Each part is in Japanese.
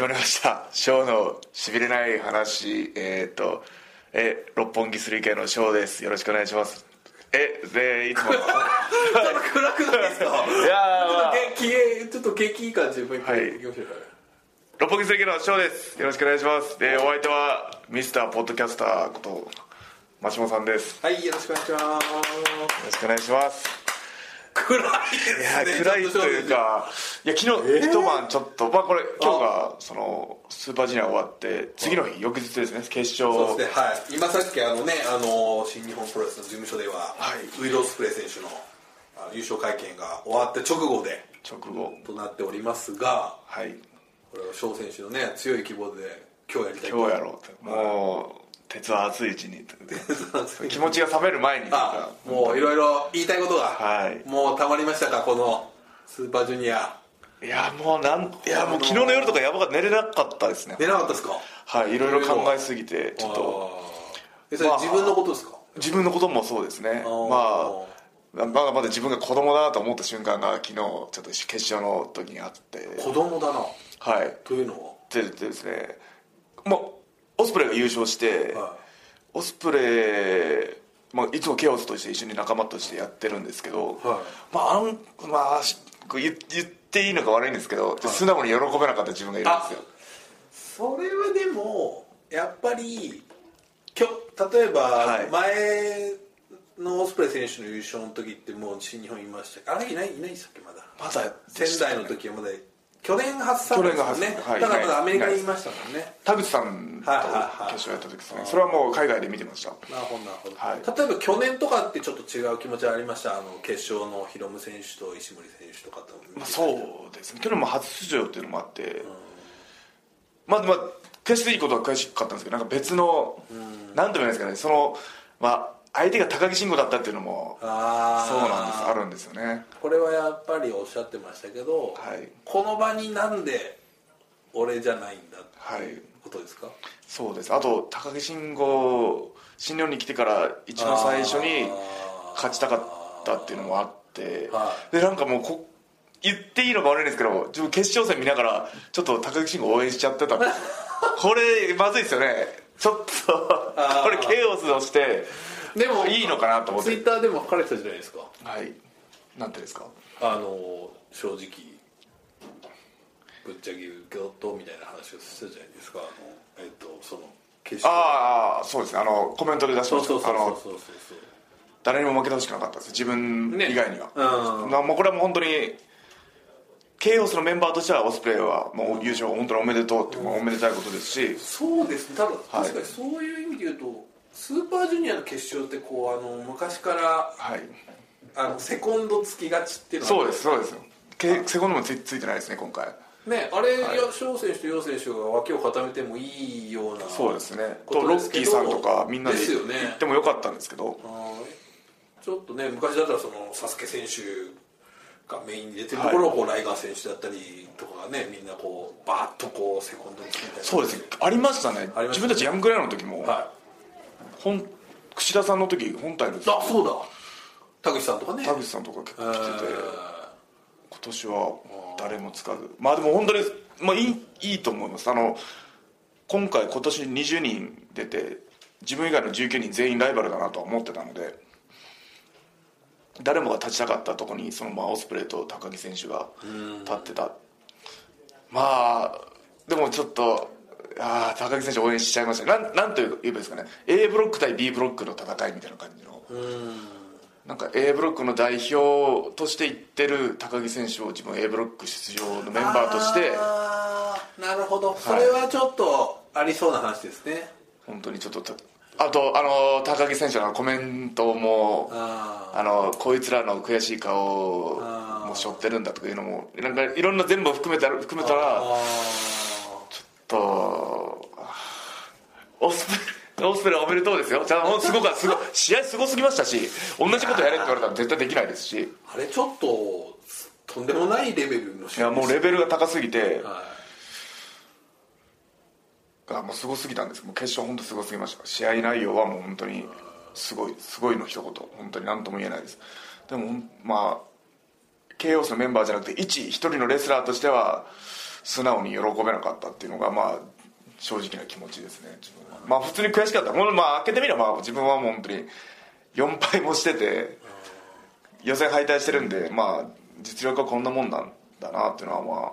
まりましたショーのしびれない話えっ、とえ六本木スリー系のショーですよろしくお願いしますえでい つも暗くないですかいやー、まあ、げきれいちょっと景気いい感じでもう一はい回いきましょうかね六本木スリー系のショーですよろしくお願いしますでお相手はミスターポッドキャスターこと真島さんですはい、よろしくお願いしますよろしくお願いします暗いやいですね暗いというかいや昨日一晩ちょっと、まあこれ今日がそのスーパージュニア終わって次の日翌日ですね決勝そうですね、はい、今さっきあのね、あの新日本プロレスの事務所では、ウィル・オスプレイ選手のあの優勝会見が終わった直後で直後となっておりますがはいこれは翔選手のね強い希望で今日やりたい今日やろうともう鉄は熱いうちにとは熱気持ちが冷める前にとあかもういろいろ言いたいことが、はいもうたまりましたかこのスーパージュニアいやもうなんいやもう昨日の夜とかやばかった寝れなかったですね出なかったですかはいいろいろ考えすぎてちょっとえそれまあ自分のことですか、自分のこともそうですねあーまあまだまだ自分が子供だなと思った瞬間が昨日ちょっと決勝の時にあって子供だなはいというのはででですねまあオスプレイが優勝して、はオスプレイ、まあ、いつもケオスとして一緒に仲間としてやってるんですけど、はまああんまあしこう言言っていいのか悪いんですけど、素直に喜べなかった自分がいるんですよそれはでもやっぱりきょ例えば、はい前のオスプレイ選手の優勝の時ってもう新日本いましたけどあれいないいないでしたっけまだまだ仙台の時はまだ去年発散去で年すがよ発散ね、はいだからまだアメリカにいましたもんね田口さんとはいはいはい決勝やった時ですねそれはもう海外で見てましたなるほどなるほど、はい例えば去年とかってちょっと違う気持ちはありましたあの決勝のヒロム選手と石森選手とかとも見てまあ、そうですね去年も初出場っていうのもあって、まあまあ決していいことは悔しかったんですけどなんか別の何、なん、とも言えないですかねその、まあ、相手が高木慎吾だったっていうのもああそうなんですあるんですよねこれはやっぱりおっしゃってましたけど、はいこの場になんで俺じゃないんだってはいことですか、そうですあと高木慎吾新日本に来てから一番最初に勝ちたかったっていうのもあってはでなんかもうこ言っていいのか悪いんですけど自分決勝戦見ながらちょっと高木慎吾応援しちゃって たんですよこれまずいですよねちょっとあーこれケイオスとしてでもいいのかなと思っツイッてターでも書かれてたじゃないですかはいなんてですかあの正直ぶっちゃけ受けとみたいな話をしてたじゃないですかあのえっとその決勝ああそうですねあのコメントで出しそまうしそうたそあうそうのそうそうそう誰にも負けてほしくなかったです自分ね以外には、うんなもうこれはもう本当に KOS のメンバーとしてはオスプレイはもう優勝本当におめでとうって、もうおめでたいことですしそうですね多分はい確かにそういう意味で言うと、スーパージュニアの決勝ってこうあの昔からはいあのセコンドつきがちっていうのはそうですそうですよけセコンドもついついてないですね今回ねあれはい翔、選手と楊選手が脇を固めてもいいようなそうですねことロッキーさんとかみんなでですよね行ってもよかったんですけどはいちょっとね昔だったらそのサスケ選手がメインに出てるところをこう、ライガー選手だったりとかがねみんなこうバーッとこうセコンドにつきみたいなそうですねありましたねありま自した分たちヤングライオンの時も、はい本櫛田さんの時本体の時あそうだ田口さんとかね田口さんとか結構来ててえー今年は誰もつかずまあでも本当に、まあ、いいいいと思いますあの今回今年20人出て自分以外の19人全員ライバルだなとは思ってたので誰もが立ちたかったとこにそのまあオスプレイと高木選手が立ってたまあでもちょっとあー高木選手応援しちゃいましたなんなんと言えばいいですかね A ブロック対 B ブロックの戦いみたいな感じのなんか A ブロックの代表として行ってる高木選手を自分 A ブロック出場のメンバーとしてあーなるほどそれはちょっとありそうな話ですね、本当にちょっとたあとあの高木選手のコメントもああのこいつらの悔しい顔をあーもう背負ってるんだとかいうのもなんかいろんな全部含めたら含めたあらーとオスプレイオスプレイおめでとうですよじゃあもうすごかすご試合すごすぎましたし同じことやれって言われたら絶対できないですしあれちょっととんでもないレベルいのやもうレベルが高すぎてはあもうすごすぎたんですもう決勝本当すごすぎました試合内容はもう本当にすごいすごいの一言本当に何とも言えないですでもまあ KOS のメンバーじゃなくて一一人のレスラーとしては素直に喜べなかったっていうのがまあ正直な気持ちですね自分はまあ普通に悔しかったほんまあ開けてみればまあ自分はもう本当に4敗もしてて予選敗退してるんでまあ実力はこんなもんなんだなっていうのはまあ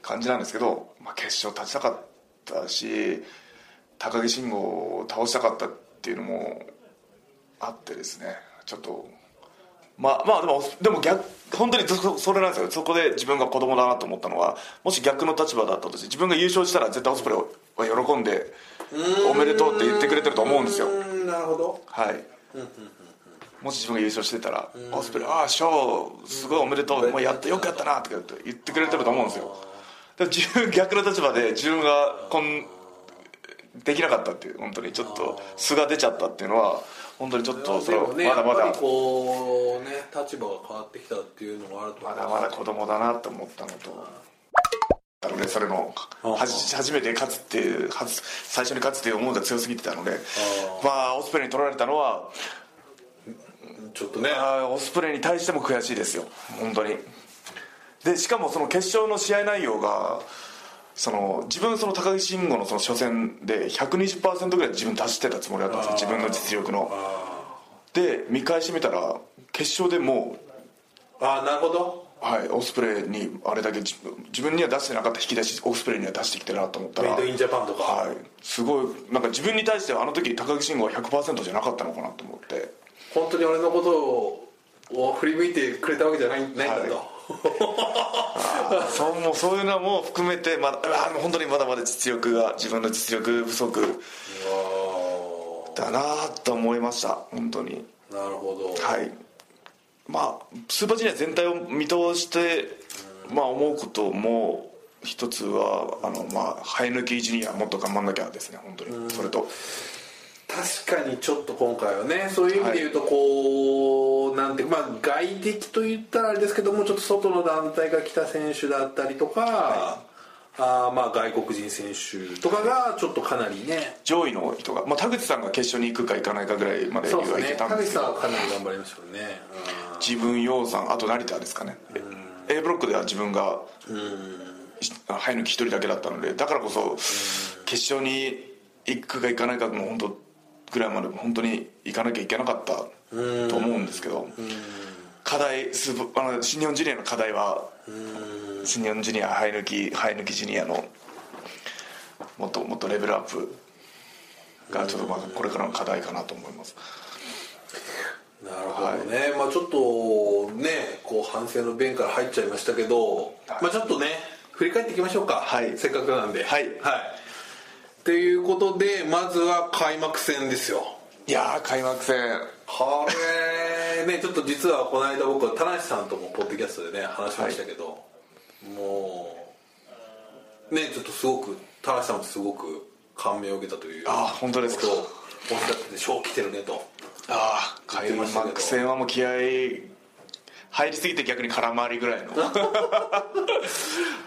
感じなんですけど、まあ、決勝立ちたかったし高木慎吾を倒したかったっていうのもあってですねちょっとまあまあでもでも逆本当にそそれなんですよそこで自分が子供だなと思ったのはもし逆の立場だったとして自分が優勝したら絶対オスプレイは喜んでおめでとうって言ってくれてると思うんですよんなるほどはいもし自分が優勝してたら「オスプレイああショーすごいおめでとう、もうやってよくやったな」って言ってくれてると思うんですよでも自分逆の立場で自分がこんできなかったっていう本当にちょっと素が出ちゃったっていうのは本当にちょっとそでれはもまねだまやっぱだりこうね立場が変わってきたっていうのもあると思まうだまだ子供だなと思ったのとあのねそれのあはじ初めて勝つっていうはず最初に勝つっていう思いが強すぎてたのでまあオスプレイに取られたのはちょっとねあーオスプレイに対しても悔しいですよ本当にでしかもその決勝の試合内容がその自分その高木慎吾のその初戦で120%ぐらい自分出してたつもりだったんですよ自分の実力ので見返してみたら決勝でもうああなるほどはい、オスプレイにあれだけ自分自分には出してなかった引き出しオスプレイには出してきてるなと思ったメイらドインジャパンとか、はいすごいなんか自分に対してはあの時高木慎吾は100%じゃなかったのかなと思って本当に俺のことを振り向いてくれたわけじゃないないんだと、そうもうそういうのも含めてまだあ本当にまだまだ実力が自分の実力不足だなと思いました本当になるほど、はいまあスーパージュニア全体を見通して、まあ、思うことも一つはあの、まあ、生え抜きジュニアもっと頑張んなきゃですね本当にそれと確かにちょっと今回はねそういう意味で言うとこう、なんてまあ外敵と言ったらあれですけどもちょっと外の団体が来た選手だったりとか、あーまあ外国人選手とかがちょっとかなりね上位の人が、まあ、田口さんが決勝に行くか行かないかぐらいまでそうは行ですけねた田んで口すけさんどはかなり頑張りましたよね、うん自分洋さんあと成田ですかね A ブロックでは自分がし生え抜き一人だけだったのでだからこそ決勝に行くか行かないかの本当ぐらいまで本当に行かなきゃいけなかったと思うんですけど課題スーパーあの新日本ジュニアの課題は新日本ジュニア生え抜き生え抜きジュニアのもっともっとレベルアップがちょっとまあこれからの課題かなと思います。なるほどね、まあちょっとねこう反省の弁から入っちゃいましたけど、はいまあちょっとね振り返っていきましょうか、はいせっかくなんではいはい、ということでまずは開幕戦ですよいやー開幕戦これねちょっと実はこの間僕は田無さんともポッドキャストでね話しましたけど、もうねちょっとすごく田無さんもすごく感銘を受けたというあー本当ですかことをおっしゃってて「賞来てるね」と。ああ言っ開てましたけど幕戦はもう気合入りすぎて逆に空回りぐらいの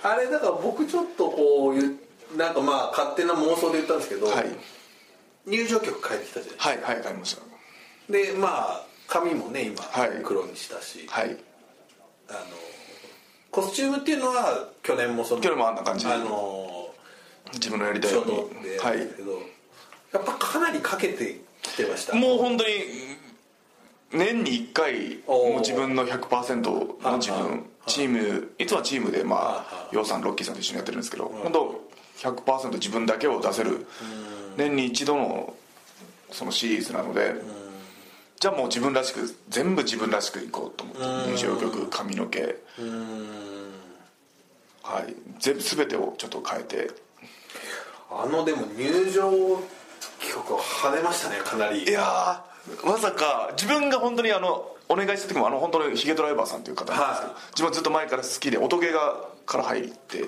あれだから僕ちょっとこうゆなんかまあ勝手な妄想で言ったんですけど、はい入場曲変えてきたじゃなはいはい買いましたいでまあ髪もね今はい黒にしたし、はいあのコスチュームっていうのは去年もその去年もあんな感じあの自分のやりたいシよョうにートではいけど、やっぱかなりかけてきてましたもう本当に年に1回おーもう自分の100%の自はいはい分チームいつもはチームでまはいあは洋さんロッキーさんと一緒にやってるんですけど本当100%自分だけを出せる年に一度のそのシリーズなのでじゃあもう自分らしく全部自分らしくいこうと思って入場曲髪の毛はい全部全てをちょっと変えてあのでも入場曲を跳ねましたねかなりいやーまさか自分が本当にあのお願いした時もあの本当にヒゲドライバーさんという方なんですけど、は自分ずっと前から好きで音ゲーがから入って、はい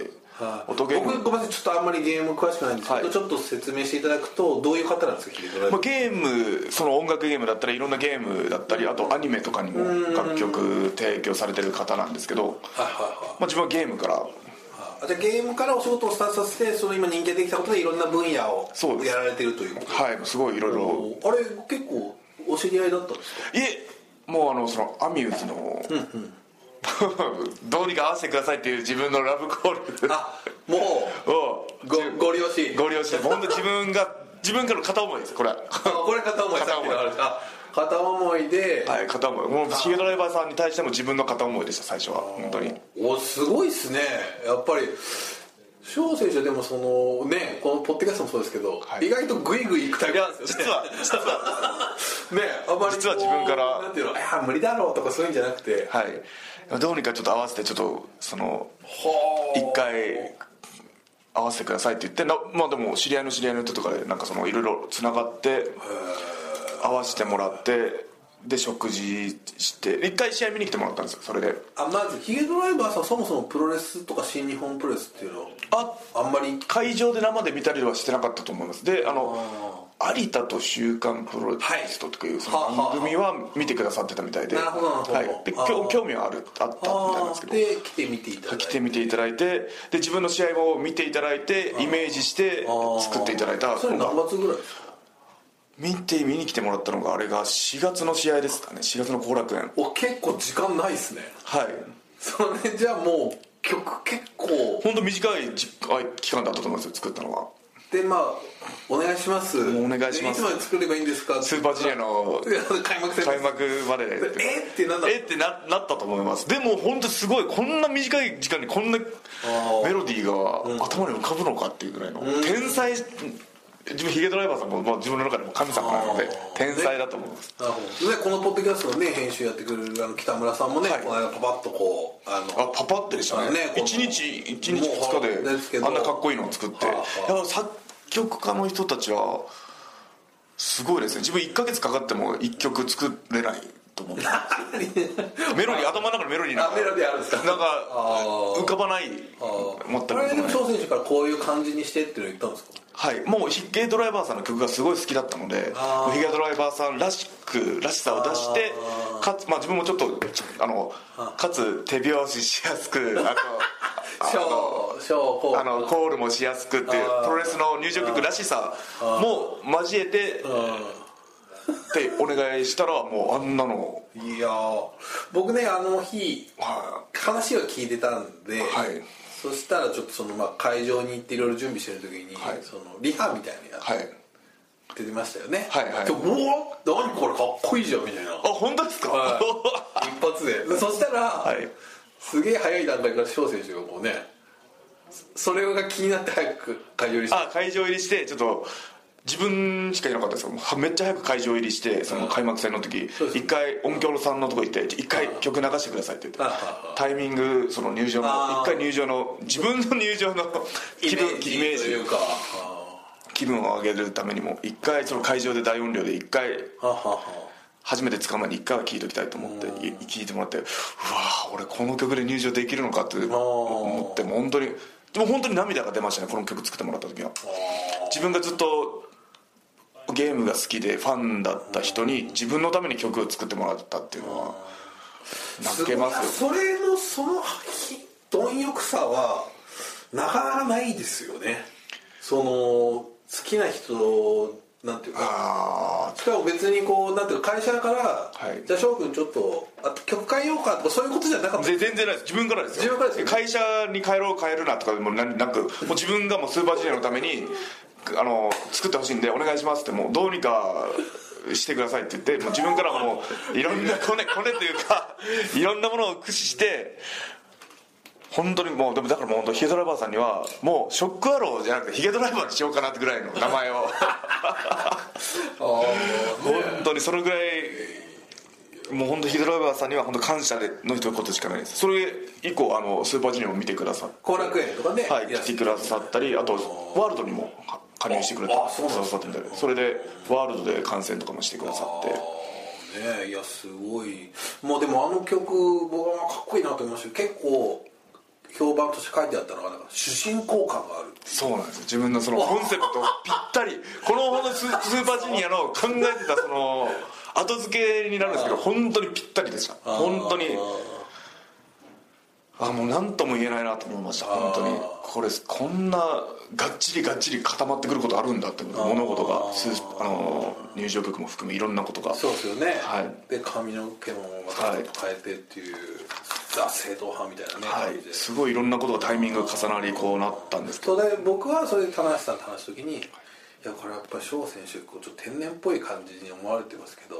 音ゲー僕ム、ごめんなさいちょっとあんまりゲーム詳しくないんですけど、はいちょっと説明していただくとどういう方なんですかヒゲドラまイバあ、ーゲームその音楽ゲームだったりいろんなゲームだったりあとアニメとかにも楽曲提供されてる方なんですけど、はいはいはいまあ、自分はゲームからあじゃあゲームからお仕事をスタートさせてその今人気ができたことでいろんな分野をそうですやられているということはいすごいいろいろあれ結構お知り合いだったんですかいえもうあのそのアミューズの どうにか合わせてくださいっていう自分のラブコールあもをうごご利用しご利用して本当自分が自分からの片思いですこれは あこれ片思い片思いさっきのあれあ片思いで、い片思いもうヒゲドライバーさんに対しても自分の片思いでした最初は本当におすごいっすねやっぱり翔選手はでもそのねこのポッドキャストもそうですけど、はい意外とグイグイ行くタイプなんですよね実は実はねあんまりこう実は自分からなんていうのいや無理だろうとかそういうんじゃなくてはいどうにかちょっと合わせてちょっとそのほー一回合わせてくださいって言ってなまあでも知り合いの知り合いの人とかでなんかそのいろいろつながって合わせてもらってで食事して一回試合見に来てもらったんですよそれであまずヒゲドライバーさんそもそもプロレスとか新日本プロレスっていうのああんまり会場で生で見たりはしてなかったと思いますであの有田と「週刊プロレスト」とかいうその番組は見てくださってたみたいでなるほどなるほどはいであー興興味はあるあったみたいなんですけどで来てみていただい来ててみていただいてで自分の試合を見ていただいてイメージして作っていただいたそれ何月ぐらいですか見て見に来てもらったのがあれが4月の試合ですかね4月の後楽園お結構時間ないっすねはいそれじゃあもう曲結構本当短いじあ期間だったと思うんですよ作ったのはでまあお願いしますお願いしますでいつまで作ればいいんですかスーパージュニアのいや開幕戦開幕まででえってなんだえってななったと思いますでも本当すごいこんな短い時間にこんなメーロディーが頭に浮かぶのかっていうぐらいの天才自分ヒゲドライバーさんも、まあ、自分の中でも神様なのであー天才だと思いますなるほどでこのポッドキャストのね編集やってくれるあの北村さんもね、はいこの間パパッとこうああのパパってでしたねねこの一日一日もう2で日すでけどあんなかっこいいのを作って、はあいや作曲家の人たちはすごいですね自分1か月かかっても1曲作れないと 思うメロディー頭の中のメロディーなんかあメロディーあるんですかなんかあー浮かばないあ持ったこりれでもとかね翔選手からこういう感じにしてっていうの言ったんですかはいもうヒゲドライバーさんの曲がすごい好きだったのであーヒゲドライバーさんらしくらしさを出してかつ、まあ、自分もちょっとあのかつ手拍子しやすくあと翔翔こうあのコールもしやすくっていうプロレスの入場曲らしさも交えてってお願いしたらもうあんなのいやー僕ねあの日は話は聞いてたんで、はいそしたらちょっとその、まあ、会場に行っていろいろ準備してる時に、はいそのリハみたいなのやいはいってましたよねはいはいでうわ何これかっこいいじゃんみたいなあ本当ですか、 はい一発ででそしたら、いすげえ早い段階から翔選手がこうねそれが気になって早く会場入りしてあ会場入りしてちょっと自分しかいなかったんですけどはめっちゃ早く会場入りしてその開幕戦の時そうです一回音響さんのとこ行って一回曲流してくださいって言ってあタイミングその入場のあー一回入場の自分の入場の気分イメーとジいうかあ気分を上げるためにも一回その会場で大音量で一回ーははは初めて捕まえに一回は聴いときたいと思ってい聴いてもらってうわー俺この曲で入場できるのかって思ってもう本当にでも本当に涙が出ましたねこの曲作ってもらった時は自分がずっとゲームが好きでファンだった人に自分のために曲を作ってもらったっていうのは泣けますよごいそれのその貪欲さはなかなかないですよねその好きな人なんていうかあしかも別にこうなんていうか会社から、はいじゃあ翔くんちょっとあと曲変えようかとかそういうことじゃなかーったぜ全然ないです自分からですよ自分からですよね会社に帰ろう帰るなとかでもななくもう自分がもうスーパージュニアのためにあの作ってほしいんでお願いしますってもうどうにかしてくださいって言ってもう自分からもういろんなコネコネというかいろんなものを駆使して本当にもうでもだからもう本当ヒゲドライバーさんにはもうショックアローじゃなくてヒゲドライバーにしようかなってぐらいの名前を本当にそのぐらいもう本当ヒゲドライバーさんには本当感謝での一言しかないですそれ以降あのスーパージュニアを見てくださって後楽園とかね、はい、や来てくださったりあとワールドにもは加入してくれてくあだあそうなんですさったみたいでそれでワールドで観戦とかもしてくださってねいやすごいもうでもあの曲僕はかっこいいなと思いましたけど結構評判として書いてあったのがなんか主人公感があるそうなんですよ自分のそのコンセプトぴったりこのほど ススーパージュニアの考えてたその後付けになるんですけど本当にぴったりでした本当にあもう何とも言えないなと思いました本当にこれこんながっちりがっちり固まってくることあるんだって物事がスーあの入場曲も含めいろんなことがそうですよね、はいで髪の毛もわざと変えてっていう、ザ正統派みたいなね、は感じい、ですごいいろんなことがタイミングが重なりこうなったんですけどとで僕はそれで田中さんと話す時に、い、やこれやっぱ翔選手こうちょっと天然っぽい感じに思われてますけど、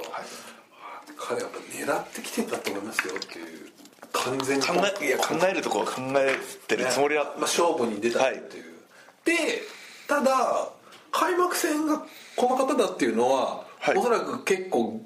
彼やっぱ狙ってきてんだと思いますよっていう完全に考えいや考えるとこは考えてるつもりだまあ、勝負に出たっていう、でただ開幕戦がこの方だっていうのは、はいおそらく結構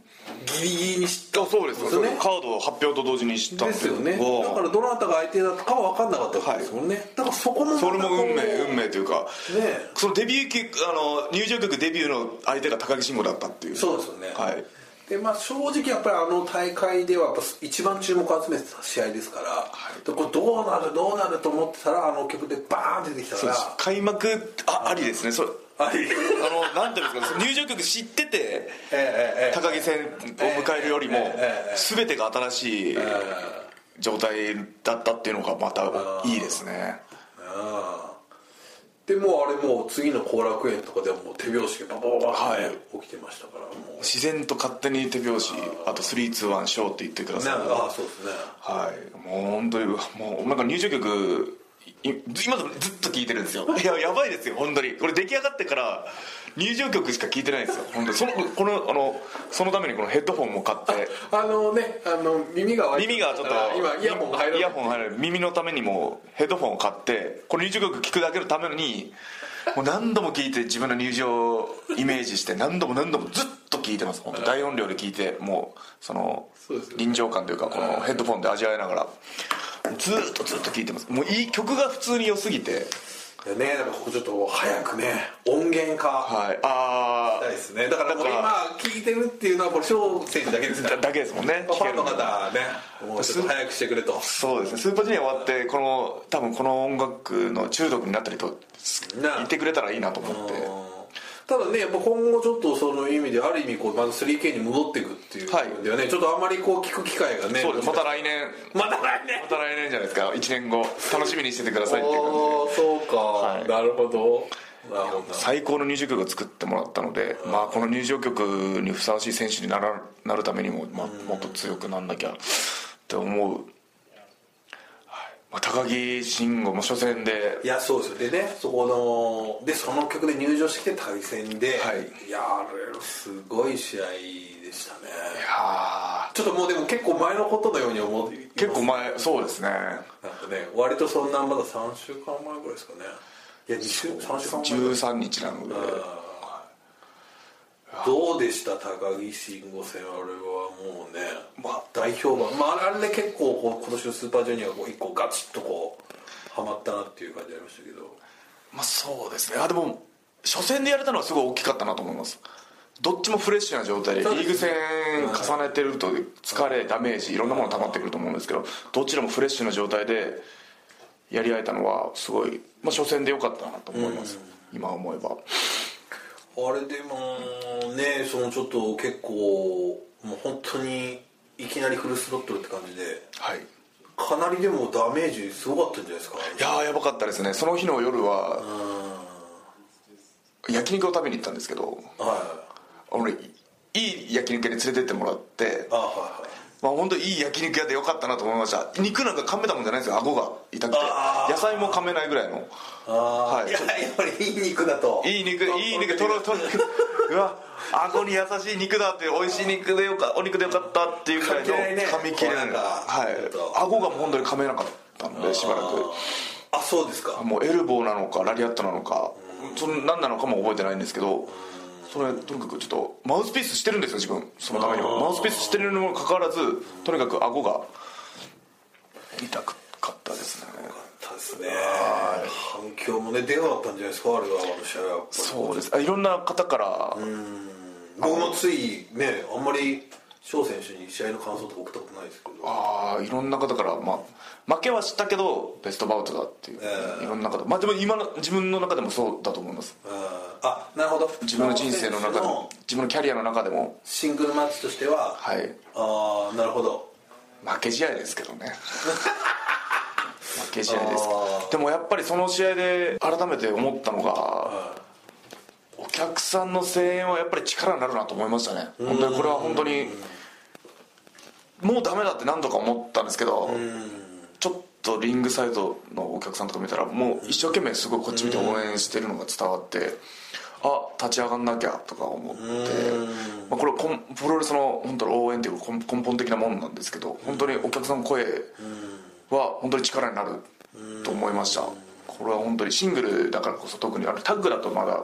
ギリギリに知ったあそうですよそうですそよねれカードを発表と同時に知ったんですよねだおうからどなたが相手だったかは分かんなかったわけですもんね、だからそこもまたそれも運命こう運命というかねそのデビュー曲あの入場曲デビューの相手が高木慎吾だったっていうそうですよね、はいでまあ、正直やっぱりあの大会ではやっぱ一番注目を集めてた試合ですから、でこれどうなるどうなると思ってたらあの曲でバーン出てきたそうかですら開幕あありですねそれあ りあのなんていうんですか入場曲知っててええええ高木戦を迎えるよりも全てが新しい状態だったっていうのがまたいいですねでもうあれもう次の後楽園とかではもう手拍子がババババはっいて起きてましたからもう、自然と勝手に手拍子あと321ショーって言ってくだねさいああそうですねはいもう本当にもうなんか入場曲い今でもずっと聴いてるんですよいややばいですよ本当にこれ出来上がってから入場曲しか聴いてないんですよ本当にそのこのあのそのためにこのヘッドホンも買ってあのねあの耳が悪い耳がちょっと今イヤホンが入らないイヤホン入らない耳のためにもヘッドホンを買ってこの入場曲聴くだけのためにもう何度も聴いて自分の入場をイメージして何度も何度もずっと聴いてます本当大音量で聴いてもうそのそうですよね臨場感というかこのヘッドフォンで味わいながらずーっとずっと聴いてますもういい曲が普通に良すぎていやねだからここちょっと早くね音源化、はいあないですねだからもうだ今か聞いてるっていうのはこれ翔選手だけですかあらだけですもんねファン聴のける方ねもうちょっと早くしてくれとそうですねスーパージュニア終わってこの多分この音楽の中毒になったりとないてくれたらいいなと思ってただねやっぱ今後ちょっとその意味である意味こうまず 3K に戻っていくっていうはい部分ではね、ちょっとあんまりこう聞く機会がねそうですまた来年また来年また来年じゃないですか1年後楽しみにしててくださいっていう感じでおおそうか、はいなるほどなるほど最高の入場曲を作ってもらったので、まあ、この入場曲にふさわしい選手にならなるためにも、まあ、もっと強くなんなきゃって思う、はいまあ、高木慎吾も初戦でいやそうですよでねそこのでその曲で入場してきて対戦で、はいいやあれすごい試合でしたねあちょっともうでも結構前のことのように思うー結構前そうですねなんかね割とそんなまだ3週間前ぐらいですかねいや2週3週間前ぐらい13日なのでどうでした高木慎吾戦あれはもうね、まあ、大評判、まあ、あれで結構こう今年のスーパージュニアがこう一個ガチッとこうはまったなっていう感じありましたけどまあそうですねあでも初戦でやれたのはすごい大きかったなと思いますどっちもフレッシュな状態でリそうですーグ戦重ねてると疲れダメージいろんなもの溜まってくると思うんですけどどちらもフレッシュな状態でやり合えたのはすごい、まあ、初戦で良かったなと思います今思えばあれでもねそのちょっと結構もう本当にいきなりフルスロットルって感じではいかなりでもダメージすごかったんじゃないですかいやーやばかったですねその日の夜は焼肉を食べに行ったんですけどはい俺いい焼肉屋に連れてってもらってあはいはいまあ本当いい焼肉屋でよかったなと思いました肉なんか噛めたもんじゃないですよ顎が痛くてあー野菜も噛めないぐらいのああ、はいい、ややっぱりいい肉だといい肉いい肉とろとろうわ顎に優しい肉だって美味しい肉でよかお肉でよかったっていうぐらいの噛み切れないね噛み切れないこうなんかはちょっいと顎がもう本当に噛めなかったのでしばらあそうですかくもうエルボーなのかラリアットなのかその何なのかも覚えてないんですけどそれとにかくちょっとマウスピースしてるんですよ自分そのためにもマウスピースしてるにもかかわらずとにかく顎が痛かったですねそうですね反響もね出なかったんじゃないですかあれはあの試合はやっぱりそうですあいろんな方から僕もついねあんまり翔選手に試合の感想とか送ったことないですけどああいろんな方から、まあ、負けはしたけどベストバウトだっていう、ええいろんな方まあでも今の自分の中でもそうだと思いますああなるほど自分の人生の中でも自分のキャリアの中でもシングルマッチとしては、はいああなるほど負け試合ですけど ね負け試合ですけあどでもやっぱりその試合で改めて思ったのがお客さんの声援はやっぱり力になるなと思いましたね本当にこれは本当にもうダメだって何度か思ったんですけどちょっとリングサイドのお客さんとか見たらもう一生懸命すごいこっち見て応援してるのが伝わってあ立ち上がんなきゃとか思ってまあこれこんプロレスの本当の応援っていう根根本的なもんなんですけど本当にお客さんの声は本当に力になると思いましたこれは本当にシングルだからこそ特にあのタッグだとまだ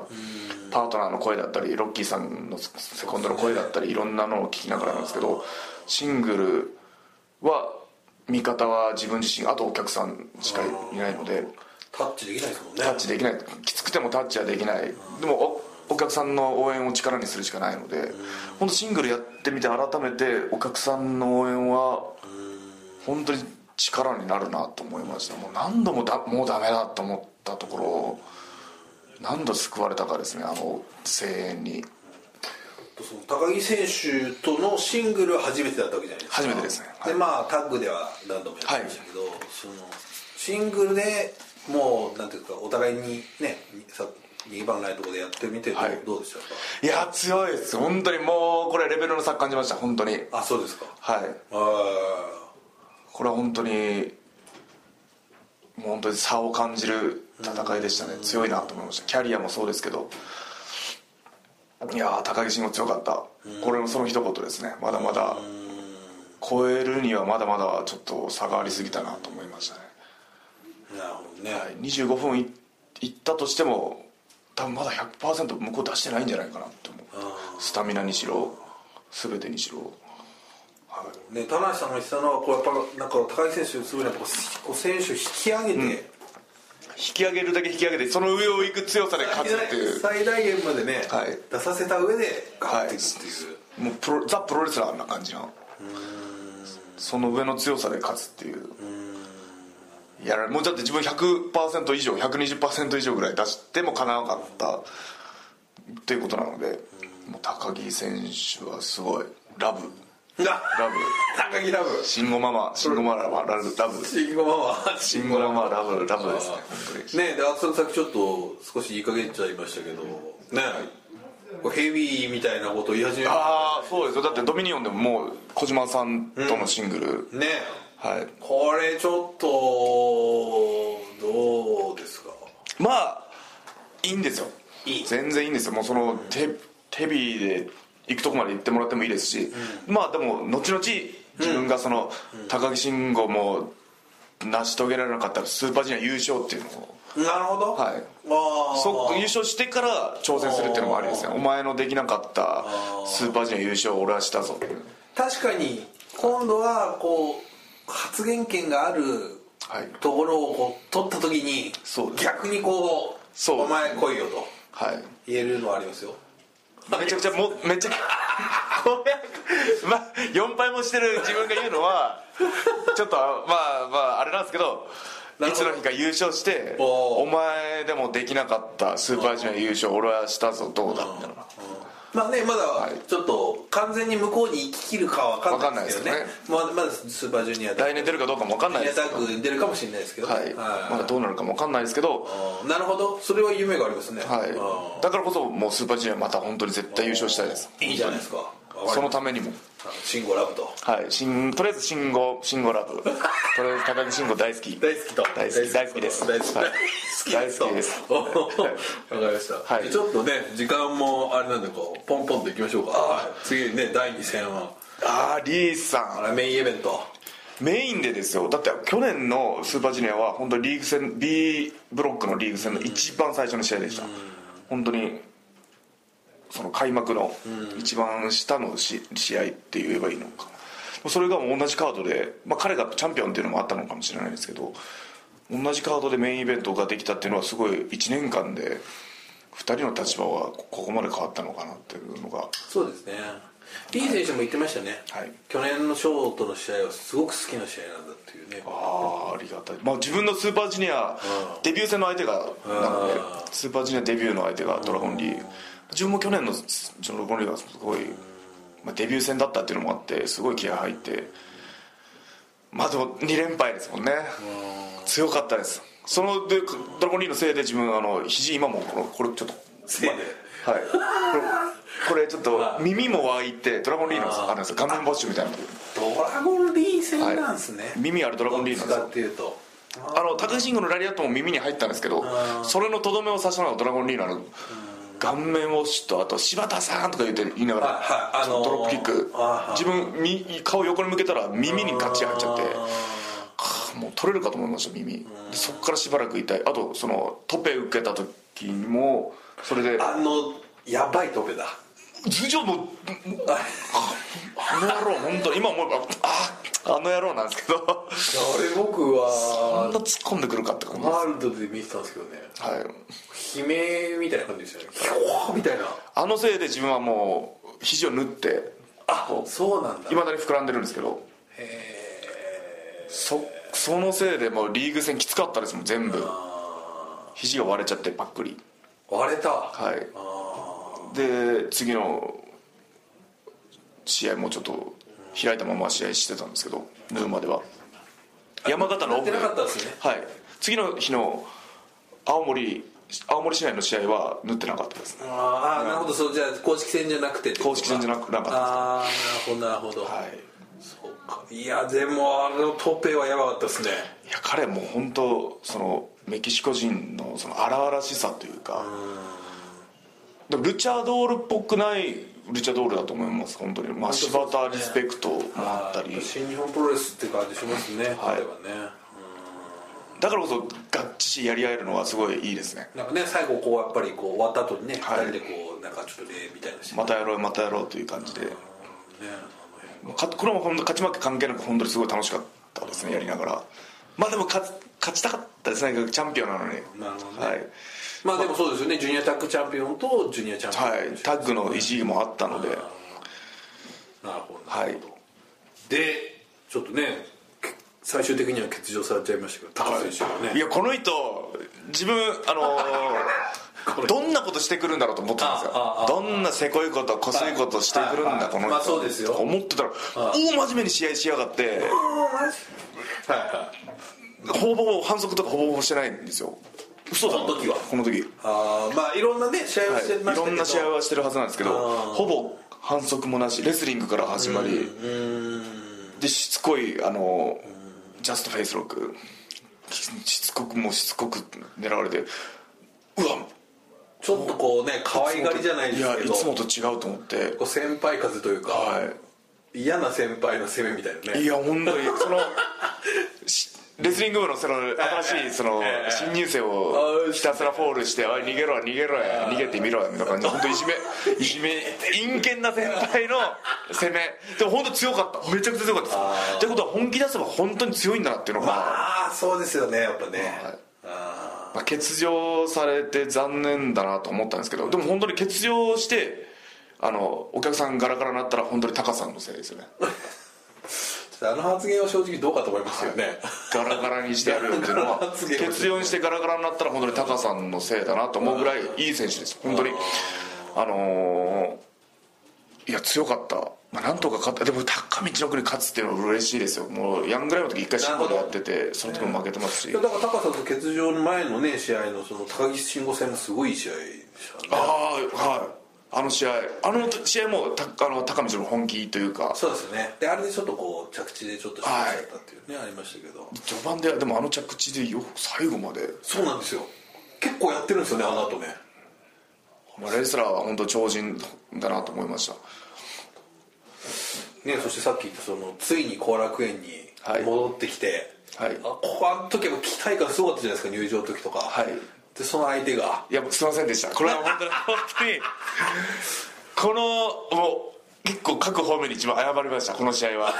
パートナーの声だったりロッキーさんのセコンドの声だったりいろんなのを聞きながらなんですけどシングルは味方は自分自身あとお客さんしかいないのでタッチできないですもんねタッチできないきつくてもタッチはできないでもおお客さんの応援を力にするしかないので本当シングルやってみて改めてお客さんの応援は本当に力になるなと思いましたもう何度もだもうダメだと思ったところを何度救われたかですねあの声援にその高木選手とのシングルは初めてだったわけじゃないですか初めてですねはいでまあタッグでは何度もやってましたけど、そのシングルでもうなんていうかお互いにねさ2番ライトでやってみてどう,、はいどうでしたかいや強いです本当にもうこれレベルの差感じました本当にあそうですかはいああこれは本当にもう本当に差を感じる戦いでしたね強いなと思いましたキャリアもそうですけどいやー高木慎吾強かったこれもその一言ですねまだまだ超えるにはまだまだちょっと差がありすぎたなと思いましたね、なるほどね、はい、25分いいったとしても多分まだ100%向こう出してないんじゃないかなって思うスタミナにしろ全てにしろね田中さんが言ってたのはこうやっぱなんか高木選手すごいなこうこう選手引き上げて、引き上げるだけ引き上げてその上を行く強さで勝つっていう最大限までね、はい出させた上ではガッいていくっていう、もうプロザ・プロレスラーな感じのその上の強さで勝つっていういやもうだって自分100%以上120%以上ぐらい出してもかなわなかったっていうことなのでもう高木選手はすごいラブラブ 高木ラブ慎吾ママ慎吾ママラブラブ慎吾ママ慎吾ママラブラブですね本当にねであそこさっきちょっと少しいい加減言っちゃいましたけどねこうヘビーみたいなこと言い始めたああそうですよだってドミニオンでももう小島さんとのシングル、ねはいこれちょっとどうですかまあいいんですよいい全然いいんですよもうその手手ビで行くとこまで行ってもらってもいいですし、まあでも後々自分がその高木慎吾も成し遂げられなかったスーパージュニア優勝っていうのをなるほどはいああそ優勝してから挑戦するっていうのもありですねお前のできなかったスーパージュニア優勝を俺はしたぞ確かに今度はこう発言権があるはいところをこう取った時にそうです逆にこうそうお前来いよ」とはい言えるのはありますよめちゃくちゃもうめちゃ くちゃこれまあ4敗もしてる自分が言うのはちょっとまあまああれなんですけどないるほつどの日か優勝しておーお前でもできなかったスーパージュニア優勝俺はしたぞどうだみたいなまあねまだいちょっと完全に向こうに行ききるかは分かんないですけどねわかんないですまだまだスーパージュニアだ来年出るかどうかも分かんないジュニでアすタけどッグに出るかもしれないですけどねはいまだどうなるかも分かんないですけどうんなるほどそれは夢がありますねはいだからこそもうスーパージュニアまた本当に絶対優勝したいですうんいいじゃないですかわかりましたそのためにも慎吾ラブとはい新とりあえず慎吾慎吾ラブとりあえず高木慎吾大好き 大好きと大好き大好きです大好きはい大好きですとわかりました、はいちょっとね時間もあれなんでこうポンポンといきましょうかはい次ね第2戦はあーリーさんあらメインイベントメインでですよだって去年のスーパージュニアは本当にリーグ戦 B ブロックのリーグ戦の一番最初の試合でした、本当にその開幕の一番下のし試合って言えばいいのかそれがもう同じカードで、まあ、彼がチャンピオンっていうのもあったのかもしれないですけど同じカードでメインイベントができたっていうのはすごい1年間で2人の立場はこここまで変わったのかなっていうのがそうですねリー選手も言ってましたね、はい去年のショートの試合はすごく好きな試合なんだっていうねああありがたい、まあ、自分のスーパージュニアデビュー戦の相手がなのでスーパージュニアデビューの相手がドラゴンリーグ自分も去年のドラゴンリーグはすごい、まあ、デビュー戦だったっていうのもあってすごい気合入ってまあでも2連敗ですもんね強かったですそのでドラゴンリーグのせいで自分あの肘今もこのこれちょっとせいではいここれちょっとはい耳も湧いてドラゴンリーナーあるんですよガムボッシュみたいなドラゴンリー戦なんですね、耳あるドラゴンリーナーでどすっちかよっていうとあの高木慎吾のラリアットも耳に入ったんですけどうんそれのとどめを刺したのがドラゴンリーナーの顔面押しとあと柴田さんとか言って言いながはらいはいあのードロップキックはいはい自分み顔横に向けたら耳にガチ入っちゃってあかもう取れるかと思いました耳でそっからしばらく痛いあとそのトペ受けた時にもそれでーあのやばいトペだ頭上もうあの野郎本当今思えばああの野郎なんですけ どあれ僕あはんな突っ込んでくるかって感じですワールドで見てたんですけどねはい悲鳴みたいな感じでしたねキョーみたいなあのせいで自分はもう肘を縫ってあそうなんだいまだに膨らんでるんですけどへーそそのせいでもうリーグ戦きつかったですもん全部あ肘が割れちゃってパックリー割れたあはいあで次の試合もちょっと開いたまま試合してたんですけど縫うまでは山形のオやっフてなかったですねはい次の日の青森青森市内の試合は縫ってなかったですねあーあーなるほどそうじゃあ公式戦じゃなくて公式戦じゃなくなかったですああーなるほどなるほどはいそうかいやでもあのトペはやばかったですねいや彼もう本当そのメキシコ人のその荒々しさというかでもルチャードールっぽくないルチャードールだと思います本当にまあ本当柴そうですね田リスペクトもあったりー新日本プロレスって感じしますね、はい彼はねだからこそ合致しやり合えるのはすごいいいですねなんかね最後こうやっぱりこう終わった後にね、はい2人でこうなんかちょっと礼みたいなしてねまたやろうまたやろうという感じであかこれも本当勝ち負け関係なく本当にすごい楽しかったですねやりながらまあでも勝つ勝ちたかったですねチャンピオンなのになるほどねはいの辺まあでもそうですよねジュニアタッグチャンピオンとジュニアチャンピオン、はい、タッグの意地もあったのでなるほど、はいでちょっとね最終的には欠場されちゃいましたけど高橋選手がいねやこの人自分あ のーどんなことしてくるんだろうと思ってたんですああよあどんなせこいことこすいことしてくるんはいはだいこの人まあそうですよとか思ってたら大真面目に試合しやがってはいはいほぼほぼ反則とかほぼほぼしてないんですよ嘘だなこの時はこの時あーまあいろんなね試合をはしてい、まいしたけど、ろんな試合はしてるはずなんですけどあーほぼ反則もなしレスリングから始まりうーんでしつこいあのジャストフェイスロックしつこくもうしつこく狙われてうわちょっとこうね可愛がりじゃないでいすやけいどつもと違うと思ってこう先輩風というか、は嫌な先輩の攻めみたいないいねや本当にそのしレスリング部のその新しいそのええ新入生をひたすらフォールして「おい逃げろ逃げろや逃げてみろや」みたいな感じで本当いじめいじめ陰険な先輩の攻めでも本当強かっためちゃくちゃ強かったですってことは本気出せば本当に強いんだなっていうのが、ああそうですよねやっぱね、はいあまあ、欠場されて残念だなと思ったんですけどでも本当に欠場してあのお客さんガラガラになったら本当にタカさんのせいですよねーちょっとあの発言は正直どうかと思いますよね、ガラガラにしてやるよっていうのは 発言を欠場にしてガラガラになったら本当にタカさんのせいだなと思うぐらいいい選手です本当にあのーいや強かった、まあ、なんとか勝ったでも高道の国勝つっていうのは嬉しいですよもうヤングライブの時一回シングルやっててその時も負けてますいしやだから高さと欠場の前のね試合のその高木慎吾戦もすごいいい試合でしたあねあはいあの試合あの試合もたあの高道の本気というかそうですねであれでちょっとこう着地でちょっと失敗しちゃったっていうね、ありましたけど序盤ででもあの着地でよく最後まで、そうなんですよ結構やってるんですよねあの後ねまあ、レスラーは本当超人だなと思いましたねそしてさっき言ったそのついに後楽園にはい戻ってきて、はいあここあの時は期待感すごかったじゃないですか入場の時とかはいでその相手がいやすいませんでしたこれは本当に本当にこのもう結構各方面に一番謝りましたこの試合は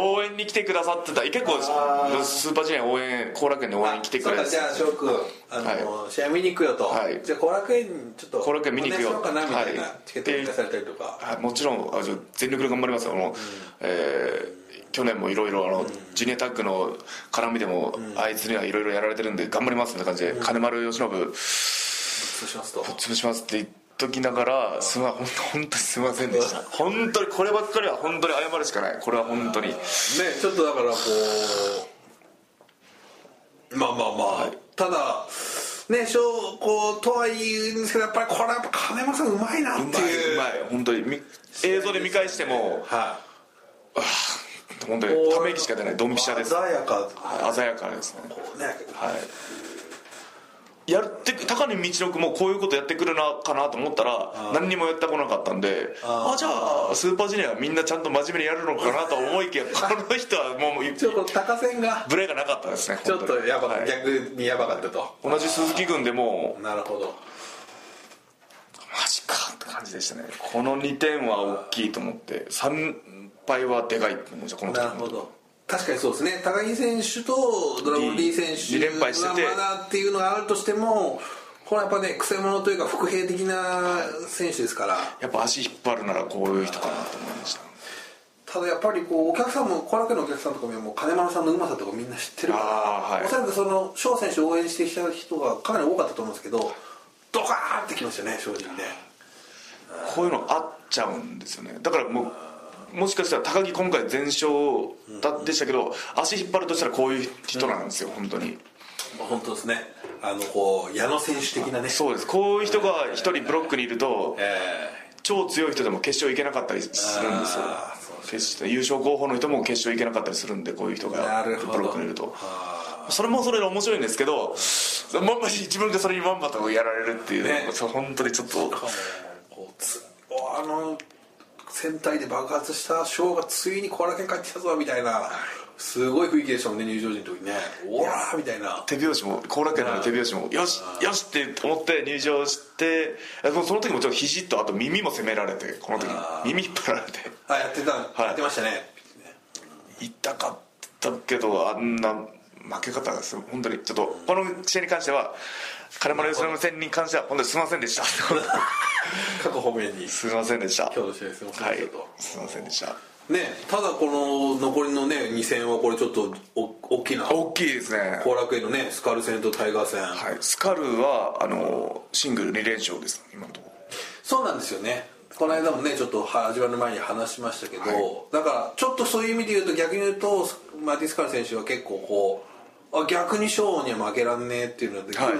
応援に来てくださってた結構スーパージュニア応援後楽園の応援に来てくれそてうかじゃあ翔くんあの、試合見に行くよと、はいじゃあ後楽園ちょっと後楽園見に行くよお願いしようかなみたいな、はいチケットを出されたりとかはいもちろんあじゃあ全力で頑張りますよあの、えー去年もいろいろジュニアタッグの絡みでも、あいつにはいろいろやられてるんで頑張りますって感じで、金丸由伸そうしますと潰しますって言っときながらすま本当本当にすいませんでした 本当にこればっかりは本当に謝るしかないこれは本当にねちょっとだからこうまあまあまあ、ただね小こうとは言うんですけどやっぱりこれはやっぱ金山さんうまいなっていううまい本当にみ映像で見返してもは本当いにため息しか出ないドンピシャです鮮やかはい鮮やかですねねはいやってく高野道のくもこういうことやってくるなかなと思ったら何にもやってこなかったんであーあじゃあスーパージュニアはみんなちゃんと真面目にやるのかなと思いきやこの人はもうちょっと高線がブレがなかったですねちょっとやば、はい逆にやばかったと同じ鈴木軍でもなるほどマジかって感じでしたねこの2点は大きいと思って3敗はでかいって思いましたこの時なるほど確かにそうですね高木選手とドラゴン D 選二手連敗してがまてだっていうのがあるとしてもこれはやっぱねくせ者というか伏兵的な選手ですからやっぱ足引っ張るならこういう人かなと思いましたただやっぱりこうお客さんも後楽園のお客さんとかももう金丸さんのうまさとかみんな知ってるから、あーはいおそらくその翔選手を応援してきた人がかなり多かったと思うんですけどドカーンってきましたね正直ねこういうのあっちゃうんですよねだからもうもしかしたら高木今回全勝だでしたけど足引っ張るとしたらこういう人なんですよ本当に本当ですねあのこう矢野選手的なねそうですこういう人が1人ブロックにいるとえ超強い人でも決勝行けなかったりするんですよあーそうで決して優勝候補の人も決勝行けなかったりするんでこういう人ーがなるほブどロックにいるとあそれもそれで面白いんですけどまんま自分がそれにまんまとやられるっていう、ねそう本当にちょっとーかもこうつおあの戦隊で爆発した翔がついに後楽園帰ってきたぞみたいなすごい雰囲気でしたもんね入場時の時ねおらーみたいな手拍子も後楽園の手拍子もよしよしって思って入場してえもうその時もちょっと肘とあと耳も攻められてこの時あー耳引っ張られてあやってた、いやってましたね痛かったけどあんな負け方です本当にちょっとこの試合に関しては金丸由伸戦に関しては本当にすいませんでした 各方面にすいませんでした今日の試合すいませんはでいしたと、すいませんでしたねただこの残りのね2戦はこれちょっとお大きな後大きいですね楽園のねスカル戦とタイガー戦、はい、スカルはあのシングル2連勝です今のとこそうなんですよねこの間もねちょっと始まる前に話しましたけど、はいだからちょっとそういう意味で言うと逆に言うとマティスカル選手は結構こうあ逆にショーには負けらんねえっていうので、ろ、はい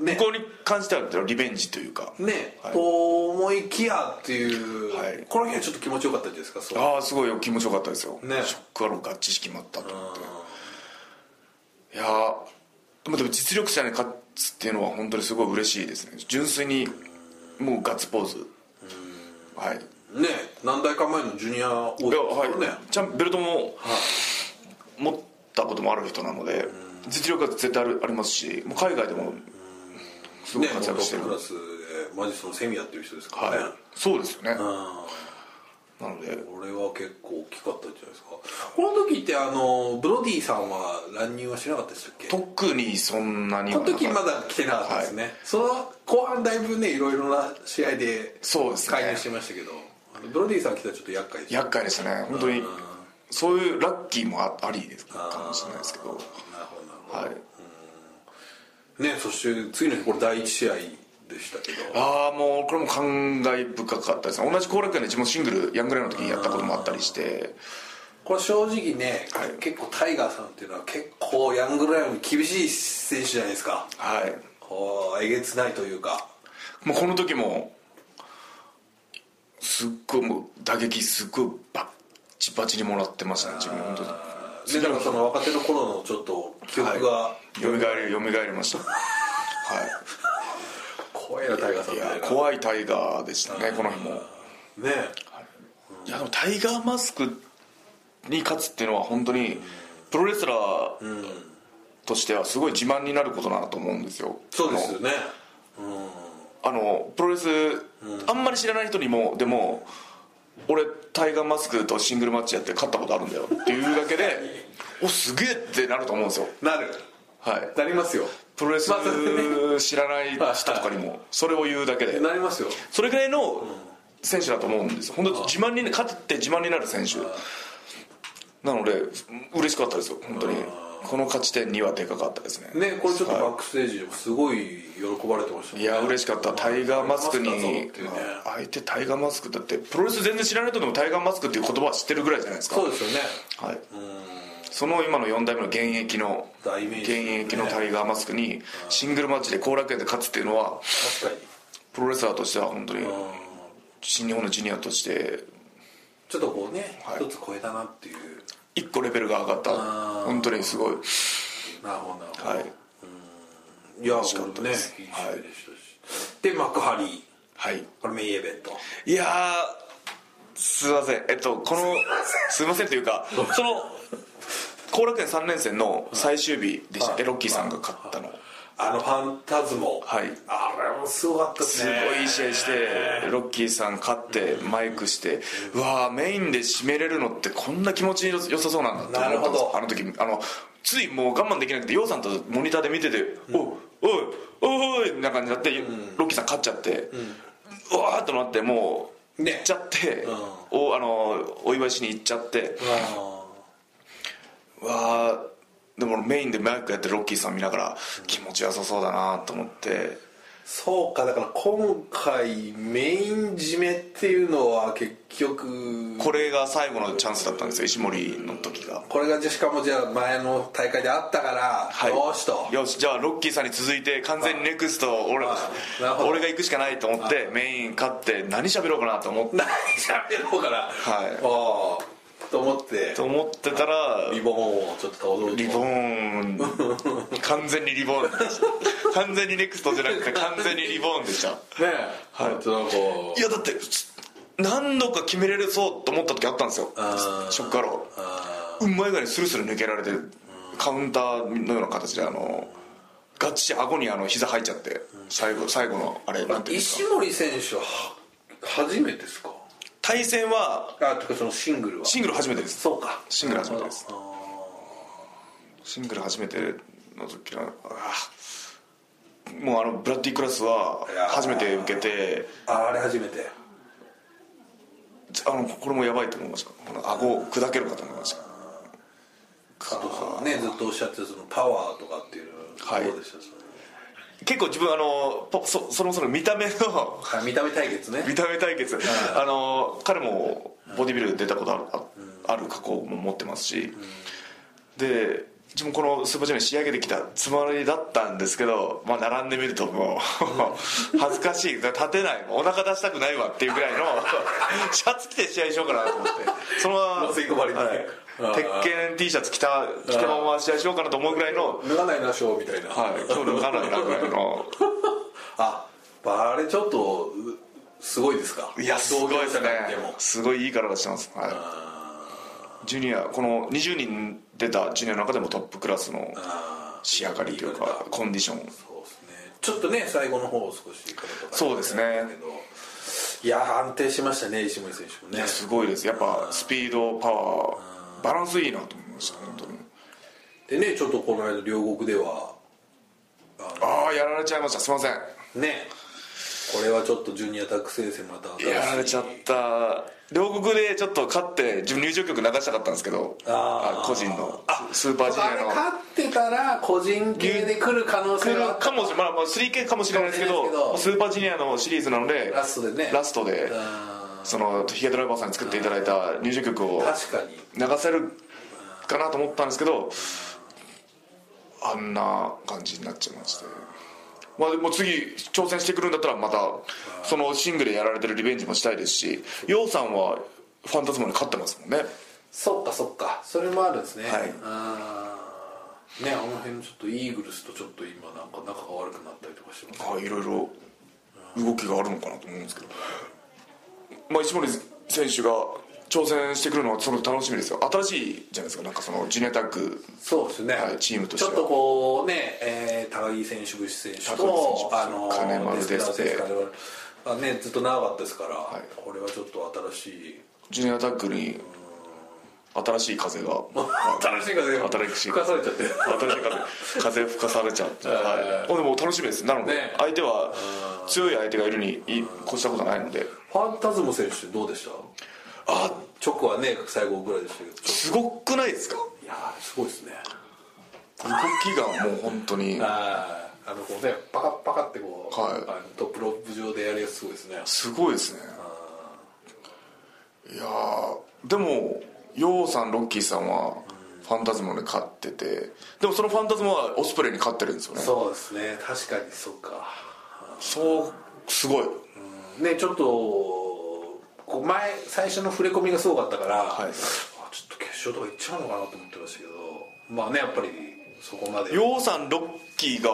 ね向こうに関してはリベンジというかね、はいと思いきやっていう、はいこの日はちょっと気持ちよかったんじゃないですかそうああすごい気持ちよかったですよ、ねショックアローがっちり決まったと思っていやーでもでも実力者に勝つっていうのは本当にすごい嬉しいですね純粋にもうガッツポーズはいいね何代か前のジュニア王や者はい、ねちゃんベルトも持ったこともある人なので実力は絶対あるありますしもう海外でもすごいね活躍してる、トップクラスでマジそのセミやってる人ですからはね、い、そうですよねうんなのでこれは結構大きかったんじゃないですかこの時ってあのブロディさんは乱入はしなかったでしたっけこ特にそんなにはのなかった時まだ来てなかったですね、その後半だいぶねいろいろな試合でそうですね介入してましたけどあのブロディさん来たらちょっと厄介でした厄介でしたね本当にそういうラッキーもあありですかもしれないですけどなるほどなるほど、はいねそして次の日これ第一試合でしたけどああもうこれも感慨深かったですね同じ後楽園で自分シングルヤングレイの時にやったこともあったりしてこれ正直ね、はい結構タイガーさんっていうのは結構ヤングライオンに厳しい選手じゃないですかはいこうえげつないというかもうこの時もすっごいもう打撃すっごいバッチバチにもらってましたね自分本当にでなんかその若手の頃のちょっと記憶が、はい蘇り蘇りましたはい怖いなタイガーさんいみたやいなね怖いタイガーでしたねこの日もいやでもタイガーマスクに勝つっていうのは本当にプロレスラーとしてはすごい自慢になることだなと思うんですよそうですよねあのプロレスあんまり知らない人にもでも俺タイガーマスクとシングルマッチやって勝ったことあるんだよっていうだけで おすげえってなると思うんですよなるはいなりますよプロレスまあそれ知らない人とかにもそれを言うだけでなりますよそれぐらいの選手だと思うんですよ本当に自慢に勝って自慢になる選手なので嬉しかったですよ本当にこの勝ち点にはでかかったですねねこれちょっとはいバックステージでもすごい喜ばれてましたもんいや嬉しかったタイガーマスクに、マスクだぞっていうねまあ相手タイガーマスクだってプロレス全然知らない人でもタイガーマスクっていう言葉は知ってるぐらいじゃないですかそうですよねはいその今の4代目の現役の代名詞現役のタイガーマスクにシングルマッチで後楽園で勝つっていうのは確かにプロレスラーとしては本当にうん新日本のジュニアとしてちょっとこうねはい一つ超えたなっていう一個レベルが上がったあー本当にすごいなるほどなるほどはいいやしかったですこれもねいい試合でしたし、で幕張はいこれメインイベントいやーすいませんえっとこのすいませんという かその後楽園3連戦の最終日でしたっけはいロッキーさんが勝ったのあのファンタズモはいあれもすごかったですすねごいいい試合してロッキーさん勝ってマイクしてうわーメインで締めれるのってこんな気持ち良さそうなんだって思ったんですなるほどあの時あのついもう我慢できなくてヨウさんとモニターで見てて「おいおいおい」みたいな感じになってロッキーさん勝っちゃってうわーっとなってもうね行っちゃってんおあのお祝いしに行っちゃってあうわーでもメインでマイクやってるロッキーさん見ながら気持ち良さそうだなと思って。ーそうかだから今回メイン締めっていうのは結局これが最後のチャンスだったんですよ石森の時がこれがじゃあしかもじゃあ前の大会であったから、はいよーしとよしじゃあロッキーさんに続いて完全にネクスト俺あなるほど俺が行くしかないと思ってメイン勝って何喋ろうかなと思って何喋ろうかなはいああと思ってと思ってたらリボンをちょっと倒そうとリボン 完全にリボン完全にネクストじゃなくて完全にリボンでしたねはいちょっとこういやだって何度か決めれるそうと思った時あったんですよあーショックアロあーうまい具合にスルスル抜けられてカウンターのような形であのガッチリ顎にあの膝入っちゃって最後最後のあれなんていうんですか石森選手はは初めてですか対戦はあてかそのシングルはシングル初めてですそうかシングル初めてですあーシングル初めての時はあーもうあのブラッディクラスはいやー初めて受けてああれ初めてあのこれもやばいと思いましたこの顎を砕けるかと思いました加藤さんねずっとおっしゃってるそのパワーとかっていうのはいどうでしたそ結構自分あのポそそのその見た目ののあ見た目対決ね見た目対決あの彼もボディビル出たことあるあある過去も持ってますしで自分このスーパージュニア仕上げてきたつもりだったんですけど、まあ、並んでみるともう恥ずかしい立てないお腹出したくないわっていうぐ らいのシャツ着て試合しようかなと思ってそのままのせ込まれてねはい鉄拳 T シャツ着た着たまま試合しようかなと思うぐらいの、脱がないなショーみたいなはい、今 日のかなりなぐらいのああれちょっとうすごいですかいやすごいですね同業者なんてもすごいいい体してます、はい、ジュニアこの20人出たジュニアの中でもトップクラスのあー仕上がりというかコンディションそうですねちょっとね最後の方少しそうですねいや安定しましたね石森選手もいねやすごいですやっぱスピードパワーバランスいいなと思いました本当にでねちょっとこの間両国ではああやられちゃいましたすいませんねこれはちょっとジュニアタック戦線また新しいやられちゃった両国でちょっと勝って自分入場曲流したかったんですけどあーあ個人のススーパージあュれニアの勝ってたら個人系で来る可能来性るはかもしれない、まあ、まあ 3K かもしれないですけどかもしれないですスーパージュニアのシリーズなのでラストでねラストであそのヒゲドライバーさんに作っていただいた入場曲をー確かに流せるかなと思ったんですけどあんな感じになっちゃいましてまあでも次挑戦してくるんだったらまたそのシングルやられてるリベンジもしたいですしヨウさんはファンタズモに勝ってますもんねそっかそっかそれもあるんですね、はいあーねあの辺ちょっとイーグルスとちょっと今なんか仲が悪くなったりとかしてますはいいろいろ動きがあるのかなと思うんですけど、まあ、石森選手が挑戦してくるのはその楽しみですよ新しいじゃないですかなんかそのジュニアタッグそうですね、はいチームとしてはちょっとこうね、えー高木選手ブッシュ選手高木選と手あの金丸デスペラーデスペ選手あねずっと長かったですから、いこれはちょっと新しいジュニアタッグに新しい風が新しい風が新しい吹かされちゃって新しい風風吹かされちゃって、はい、でも楽しみですなので、ね相手は強い相手がいるにい越したことはないのでファンタズム選手どうでしたあチョコはね最後ぐらいでしたけどちょすごくないですかいやーすごいですね動きがもう本当にあああのこうねパカッパカってこう、はいあのトップロップ上でやるやつすごいですねすごいですねいやーでもヨウさんロッキーさんはフファンタズムに勝っててでもそのファンタズムはオスプレイに勝ってるんですよねそうですね確かにそうかそうすごいねちょっとこう前最初の触れ込みがすごかったから、はいあちょっと決勝とかいっちゃうのかなと思ってましたけどまあねやっぱりそこまで洋さんロッキーが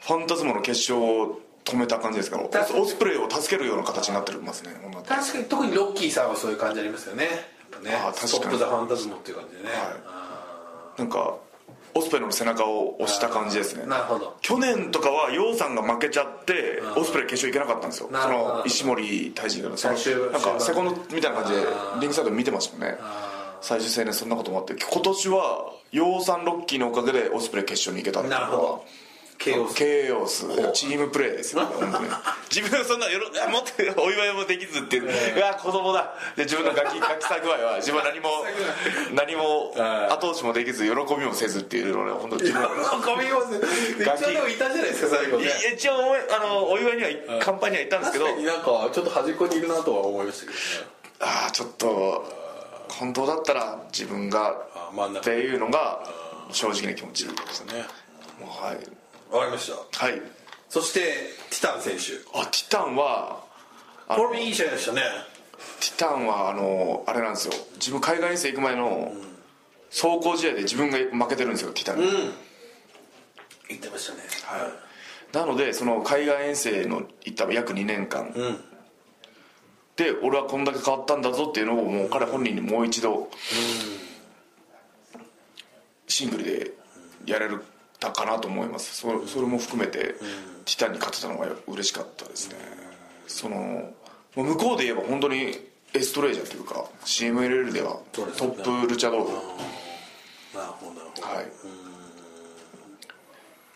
ファンタズムの決勝を止めた感じですから確かにオスプレイを助けるような形になってますね女って確かに特にロッキーさんはそういう感じありますよねやっぱねあー確かにストップ・ザ・ファンタズムっていう感じでね、なんかオスプレイの背中を押した感じですねなるほど去年とかは洋さんが負けちゃってオスプレイ決勝行けなかったんですよなそるほどの石森大臣がそ最終のなん終盤かセコンドみたいな感じでリングサイド見てましたもんね最終戦でそんなこともあって今年は洋さんロッキーのおかげでオスプレイ決勝に行けたっていうなのるはほど KO するケイオスチームプレー ですよ、ね、本当に自分はそんなよろあ持ってお祝いもできずっていう、うわ子供だで自分のガキガキさ具合は自分は何も何も後押しもできず喜びもせずっていうのね本当に自分 はゴミをめっちゃでもいたじゃないですか最後ねいや一応おあのお祝いには乾杯には行ったんですけ確どか になんかちょっと端っこにいるなとは思いましたけどねああちょっと本当だったら自分があー真んっ中てねいうのが正直な気持ちですねもうはいわかりましたはいそしてティタン選手あティタンはあのこれもいい試合でしたねティタンはあのあれなんですよ自分海外遠征行く前の走行試合で自分が負けてるんですよティタンに、言ってましたねなのでその海外遠征の行った約2年間、で俺はこんだけ変わったんだぞっていうのをもう彼本人にもう一度、シングルでやれたかなと思いますそれそれも含めて、ティタンに勝てたのが嬉しかったですね、そのもう向こうで言えば本当にエストレージャというか CMLL ではトそうですねップルチャドールなるほどなるほどはい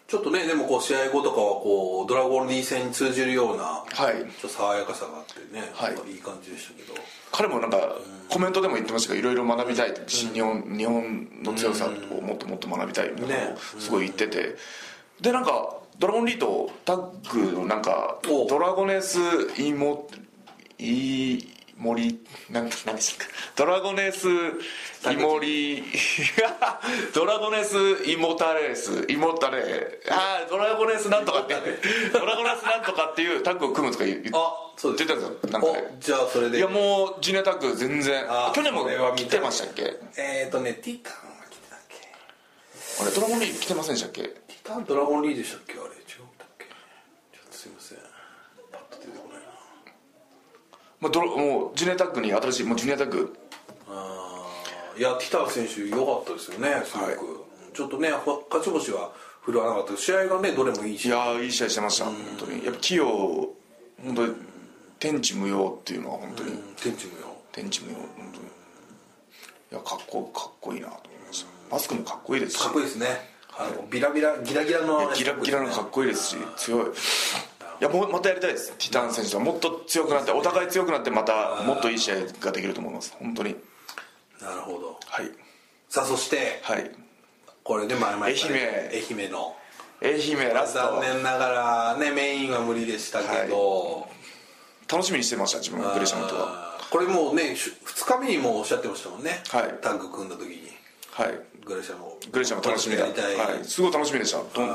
ちょっとねでもこう試合後とかはこうドラゴン D 戦に通じるようなはいちょっと爽やかさがあってね、はいなんかいい感じでしたけど彼もなんかコメントでも言ってましたがいろいろ学びたいし日本日本の強さをもっともっと学びたいみたいなことねをすごい言っててでなんかドラゴンリーとタッグのなんかおドラゴネスイモイモリなんなんでしたっけドラゴネスイモリドラゴネスイモタレースイモタレーあードラゴネスなんとかってドラゴネスなんとかっていうタッグを組むとか言ってあそうです言ってたんですよなんかねおじゃあそれでいやもうジュニアタッグ全然あー去年もこれは見た来てましたっけえっ、ー、とねティタンは来てたっけあれドラゴンリーグ来てませんでしたっけティタンドラゴンリーでしたっけあれ違ったっけちょっとすいませんパッと出てこないなもうドラもうジュニアタッグに新しいもうジュニアタッグあーいやティタン選手良かったですよねすごく、はいちょっとねほ勝ち星は振るわなかったけど試合がねどれもいいいしやーいい試合してました本当にやっぱ器用本当に天地無用っていうのは本当に天地無用天地無用本当にいやかっこかっこいいなと思いましたマスクもかっこいいですしかっこいいですねあのビラビラギラギラのギラギラのかっこいいですし強いいやもうまたやりたいですティタン選手とはもっと強くなってお互い強くなってまたもっといい試合ができると思います本当になるほどはいさあそしてはいこれで前々から愛愛媛の愛媛ラスト残念ながらねメインは無理でしたけど、楽しみにしてました自分グレシャンとはあーこれもうね2日目にもうおっしゃってましたもんね、はいタッグ組んだ時にはいグレシャもグレシャンも楽しみだやりたい、はい、すごい楽しみでしたどん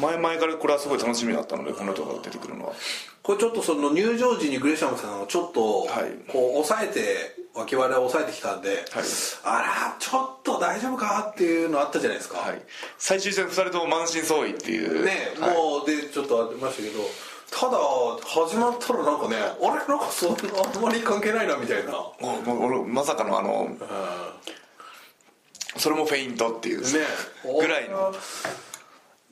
前々からこれはすごい楽しみだったのでこの人が出てくるのはこれちょっとその入場時にグレシャムさんをちょっとはいこう抑えて脇腹を抑えてきたんで、あらちょっと大丈夫かっていうのあったじゃないですか、はい最終戦2人とも満身創痍っていうねはいもうでちょっとありましたけどただ始まったらなんかねあれなんかそんなあんまり関係ないなみたいなもうもう俺まさかのあのそれもフェイントっていうねぐらいの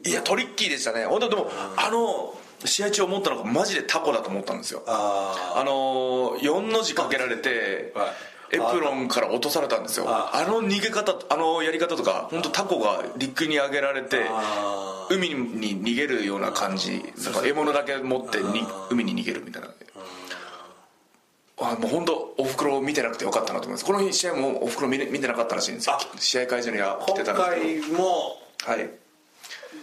いやトリッキーでしたね本当でもあの試合中思ったのがマジでタコだと思ったんですよああのー、4の字かけられて、はいエプロンから落とされたんですよああの逃げ方あのやり方とか本当タコが陸に上げられてあ海に逃げるような感じなんか獲物だけ持ってに海に逃げるみたいなあもう本当おふくろ見てなくてよかったなと思いますこの日試合もおふくろ見れ見てなかったらしいんですよ試合会場には来今てたんですけ回もどはい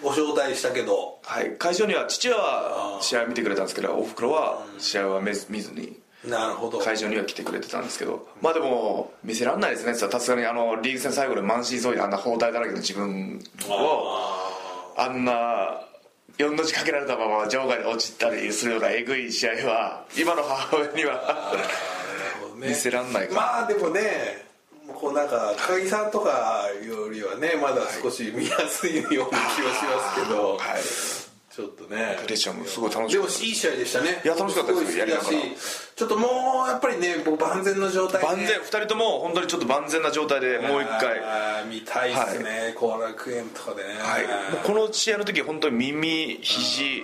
ご招待したけどはい、会場には父は試合見てくれたんですけどおふくろは試合は見ず見ずになるほど会場には来てくれてたんですけどまあでも見せらんないですねさすがにあのリーグ戦最後で満身創痍であんな包帯だらけの自分をあんな4の字かけられたまま場外に落ちたりするようなえぐい試合は今の母親には見せらんないかなまあでもねこうなんか高木さんとかよりはねまだ少し見やすいような気はしますけど、はいちょっとねレシアもすごい楽しでかもっいいたです試合でしたねいや楽しかったですよすごい好きだしやりながらちょっともうやっぱりね僕万全の状態で万全2人とも本当にちょっと万全な状態でもう一回あー見たいですね後、楽園とかでね、はい、もうこの試合の時本当に耳肘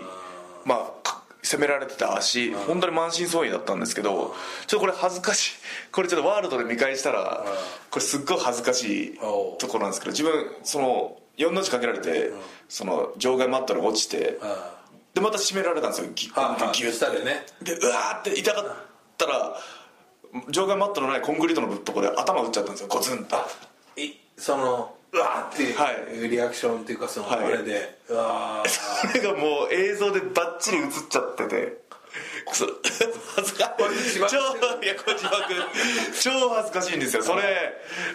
まあか攻められてた足本当に満身創痍だったんですけどちょっとこれ恥ずかしい これちょっとワールドで見返したらこれすっごい恥ずかしいおうとこなんですけど自分その4の字かけられてその場外マットに落ちてあでまた締められたんですよギューはいッはいギュッ下でねでうわーって痛かったら場外マットのないコンクリートのとこで頭打っちゃったんですよゴツンといそのうわーってはいいうリアクションっていうかその、はいあれでうわーこれがもう映像でバッチリ映っちゃっててくそ恥ずか字しい幕超いやこれ字幕超恥ずかしいんですよそれ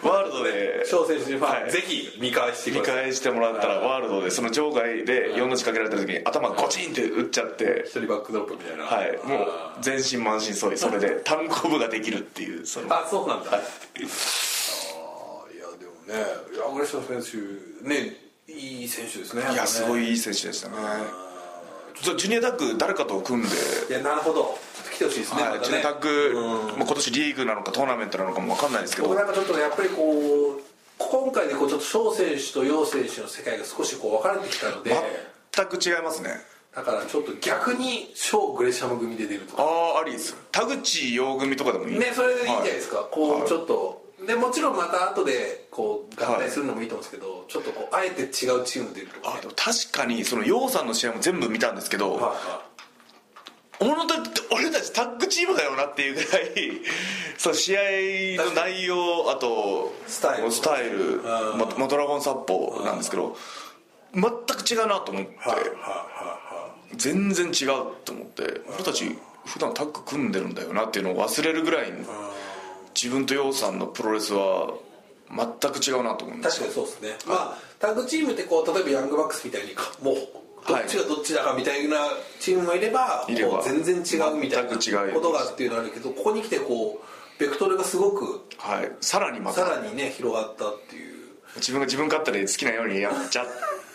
ワールドで翔選手ファン、はいぜひ見返してく見ださい返してもらったらワールドでその場外で4の字かけられた時に頭ゴチンって打っちゃって一人バックドロップみたいなはいもうあ全身満身創痍それで単行部ができるっていうそのーあそうなんだ、あーいやでもねいや嬉し選手ねいい選手ですねいやすごいいいい選手でしたねそうジュニアタッグ誰かと組んでいやなるほどちょっと来てほしいですね,、はいまたジュニねアタッグまあ今年リーグなのかトーナメントなのかも分かんないですけど僕なんかちょっとねやっぱりこう今回でこうちょっと翔選手と楊選手の世界が少しこう分かれてきたので全く違いますねだからちょっと逆に翔グレシャム組で出るとかああありです田口洋組とかでもいいねそれでいいんじゃないですかか、こうちょっとでもちろんまた後でこう合体するのもいいと思うんですけど、ちょっとこうあえて違うチームで出るとか、あでも確かにその洋さんの試合も全部見たんですけど、俺たち俺たちタッグチームだよなっていうぐらい その試合の内容あとスタイルスタイルままあドラゴン殺法なんですけど全く違うなと思って全然違うと思って俺たち普段タッグ組んでるんだよなっていうのを忘れるぐらいに自分と洋さんのプロレスは全く違うなと思いま確すかにそうですね、まあタッグチームってこう例えばヤングバックスみたいにもうどっちがどっちだかみたいなチームもいれば,、いればもう全然違うみたいな全く違うことがっていうのはあるけどここに来てこうベクトルがすごくはいさらにまさたらにね広がったっていう、自分が自分勝手で好きなようにやっちゃっ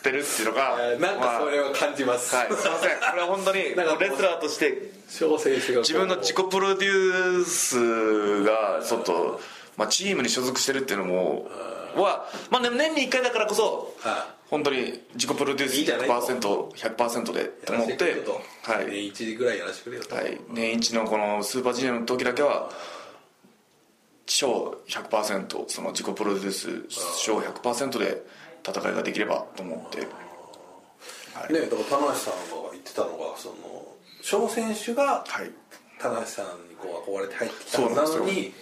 てるっていうのがなんかそれは感じます、まあはいすいませんこれは本当になんかこうレスラーとして翔選手がこう自分の自己プロデュースがちょっと、まあ、チームに所属してるっていうのもは、まあ、でも年に1回だからこそは本当に自己プロデュースいいじゃないと 100%100% でとや思らってせてくれよと、はい年一ぐらいやらせてくれよと、はい、年一のこのスーパージュニアの時だけは超100%その自己プロデュース超100%で戦いができればと思ってねだから田無さんが言ってたのがその翔選手がはい田無さんにこう憧れて入ってきたそうはなんですずよなのに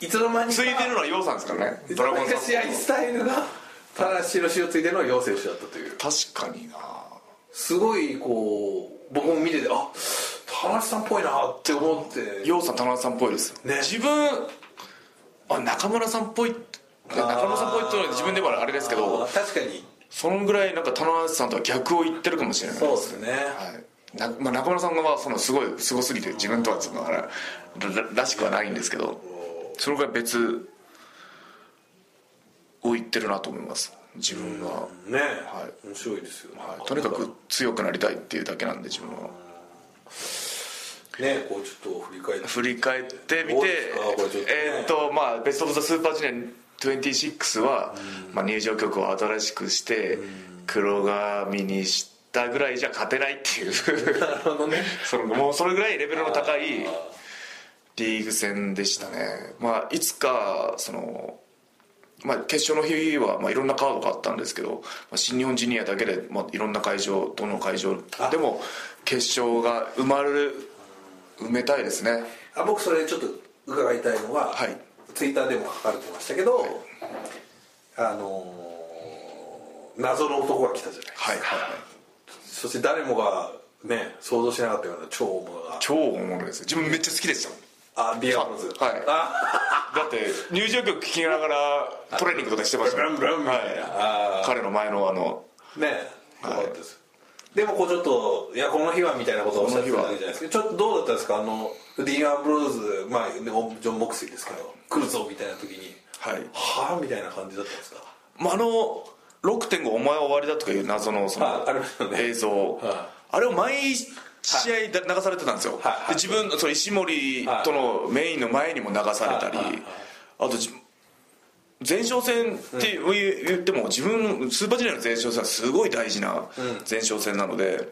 いつの間にかついでるのはヨウさんですからねいつドのラ間ゴンにかさん試合スタイルが田無宏をついでるのは楊選手だったという確かになすごいこう僕も見ててあ田無さんっぽいなって思ってヨウさん田中さんっぽいですよ、ね自分あ中村さんっぽい中村さんっぽいっていうのは自分でもあれですけどあー確かにそのぐらいなんか田中さんとは逆を言ってるかもしれないそうですねはいなまあ、中村さんがそのすごいすごすぎて自分とはそのあれららしくはないんですけどそれが別を言ってるなと思います自分は、はね、は面白いですよね、い、とにかく強くなりたいっていうだけなんで自分はねこうちょっと振り返って振り返ってみどうてですかこれちょっとねえーっとまあベスト・オブ・ザ・スーパージュニア26は、まあ、入場曲を新しくして黒髪にしたぐらいじゃ勝てないっていうなるほどね そのもうそれぐらいレベルの高いリーグ戦でしたね、まあ、いつかその、まあ、決勝の日はまあいろんなカードがあったんですけど、まあ、新日本ジュニアだけでまあいろんな会場どの会場でも決勝が埋まる埋めたいですねあ僕それちょっと伺いたいのは、はいツイッターでも書かれてましたけど、あのー謎の男が来たじゃないはいはいそして誰もがね想像しなかったような超大物が超大物ですよ自分めっちゃ好きでしたもんあビアホーズはいだって入場曲聴きながらトレーニングとかしてましたもんブランブランみたいなはあーい、彼の前のあのねえ、よかったですでもこうちょっといやこの日はみたいなことをおっしゃってたわけじゃないですけどちょっとどうだったんですかあのディーン・アンブローズまあでもジョン・モクスリーですけど、来るぞみたいな時にはいはあみたいな感じだったんですかまあ、あの6.5お前は終わりだとかいう謎のそあのありますよね映像はあれを毎試合だ流されてたんですよ、はいはいで自分そう石森とのメインの前にも流されたり、はいはいはいあとじ前哨戦って言っても自分スーパージュニアの前哨戦はすごい大事な前哨戦なので、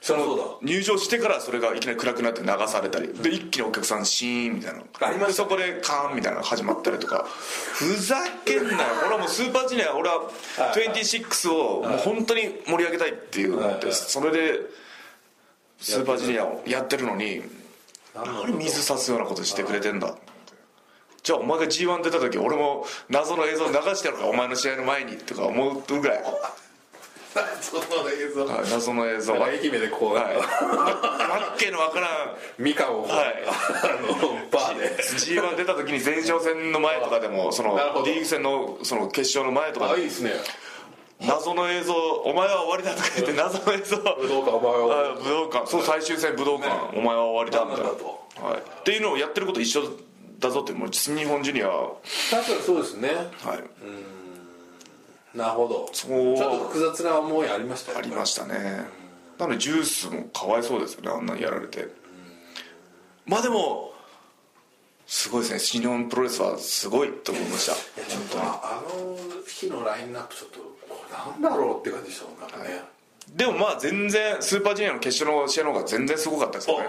そりゃそうだ入場してからそれがいきなり暗くなって流されたりで一気にお客さんシーンみたいなありまでしたそこでカーンみたいなのが始まったりとかふざけんなよ俺はもうスーパージュニア俺は26をもう本当に盛り上げたいっていうのっはいはていそれでスーパージュニアをやってるのにな何水差すようなことしてくれてんだってじゃあお前が g 1出た時俺も謎の映像流してやるからお前の試合の前にとか思うぐらい、はその映像い、謎の映像は愛い媛でこう、わっけのわからんみかんをこう、はいあのバーで g 1出た時に前哨戦の前とかでもそのなるほどリーグ戦のその決勝の前とかあでいいですね謎の映像お前は終わりだとか言って謎の映像武道館お前はあ武道館そう最終戦武道館、お前は終わりだみたいなんだな、はい、っていうのをやってること一緒だぞってもう日本ジュニアは確かにそうですねい、なるほどそちょうっと複雑な思いありましたよありましたねなのでジュースもかわいそうですよねあんなにやられてまあでもすごいですね新日本プロレスはすごいと思いましたいやちょっとあの日のラインナップちょっとこれなんだろうって感じでしたもんなんかね、でもまあ全然スーパージュニアの決勝の試合の方が全然すごかったですよね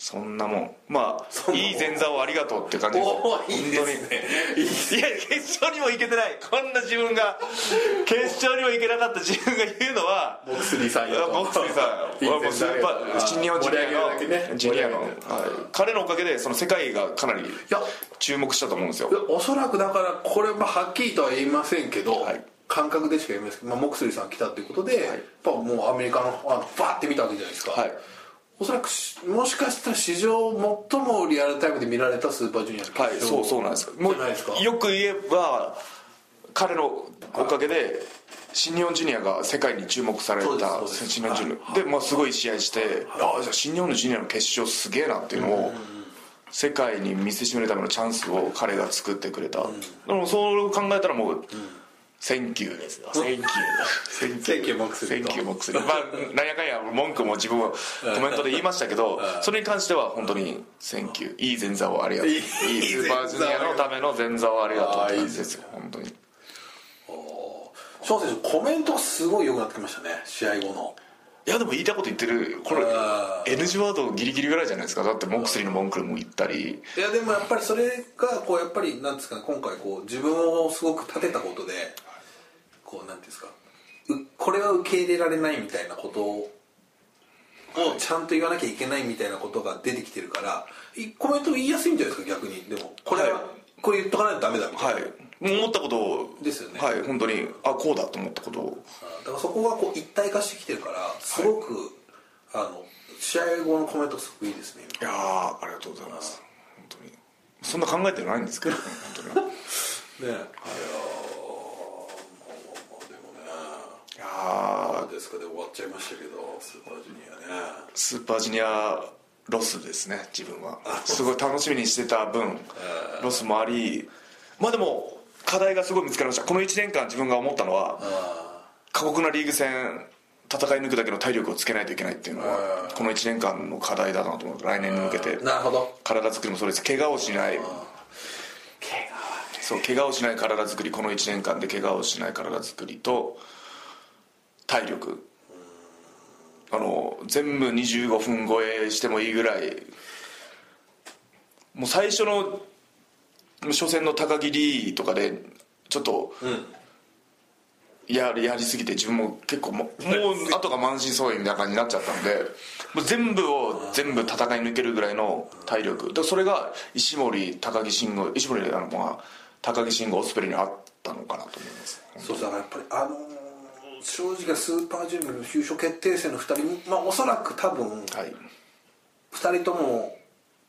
そんなもんまそあんなもんいい前座をありがとうって感じですおおいいですねいいですいや決勝にも行けてないこんな自分が決勝にも行けなかった自分が言うのはボクスリーさんいやボクスリーさんはもうスーパー新日本ジュニアのジュニアの、はい彼のおかげでその世界がかなりや注目したと思うんですよおそらくだからこれまあはっきりとは言いませんけど、はい感覚でしか言いませんけど、まあ、モクスリーさん来たっていうことで、やっぱもうアメリカのファンバーって見たわけじゃないですか、はいおそらくしもしかしたら史上最もリアルタイムで見られたスーパージュニアの決はい勝そうそうなんですじゃないですかよく言えば彼のおかげで新日本ジュニアが世界に注目されそうですそたうです新日本ジュニアで、まあ、すごい試合して、ああじゃあ新日本のジュニアの決勝すげえなっていうのを世界に見せしめるためのチャンスを彼が作ってくれた、でもそう考えたらもう「センキュー」ですよ「センキュー」「センセンキューモクスリーとセンキューモクスリーまあなんやかんや文句も自分はコメントで言いましたけどそれに関しては本当に「センキュー」いい前座をありがとういいいいスーパージュニアのための前座をありがとうって感じですよ本当に翔選手コメントがすごい良くなってきましたね試合後のいやでも言いたいこと言ってるこれあ NG ワードギリギリぐらいじゃないですかだってモクスリーの文句も言ったりいやでもやっぱりそれがこうやっぱりなんですかね今回こう自分をすごく立てたことでこうなんていうんですかうこれは受け入れられないみたいなことをちゃんと言わなきゃいけないみたいなことが出てきてるからいコメント言いやすいんじゃないですか逆にでもこれは、はいこれ言っとかないとダメだみたいはな、いもう思ったことをですよねはい本当にあこうだと思ったことをだからそこがこう一体化してきてるからすごく、あの試合後のコメントすごくいいですねいやーありがとうございます本当にそんな考えてないんですけど本当に ねいやーまあいやーまあまあでもねですかで終わっちゃいましたけどスーパージュニアねスーパージュニアロスですね自分はすごい楽しみにしてた分ロスもありまあでも課題がすごい見つかりましたこの1年間自分が思ったのは過酷なリーグ戦戦い抜くだけの体力をつけないといけないっていうのはこの1年間の課題だなと思って来年に向けてなるほど体作りもそうです怪我をしないそう怪我をしない体作りこの1年間で怪我をしない体作りと体力あの全部25分超えしてもいいぐらいもう最初の初戦の高木リーとかでちょっと、ややりすぎて自分も結構もうもう後が満身創痍みたいな感じになっちゃったのでもう全部を全部戦い抜けるぐらいの体力でそれが石森高木慎吾石森あの、まあ、高木慎吾オスプレイにあったのかなと思いますそうだからやっぱりあの正直スーパージュニアの優勝決定戦の2人、まあ、おそらく多分はい2人とも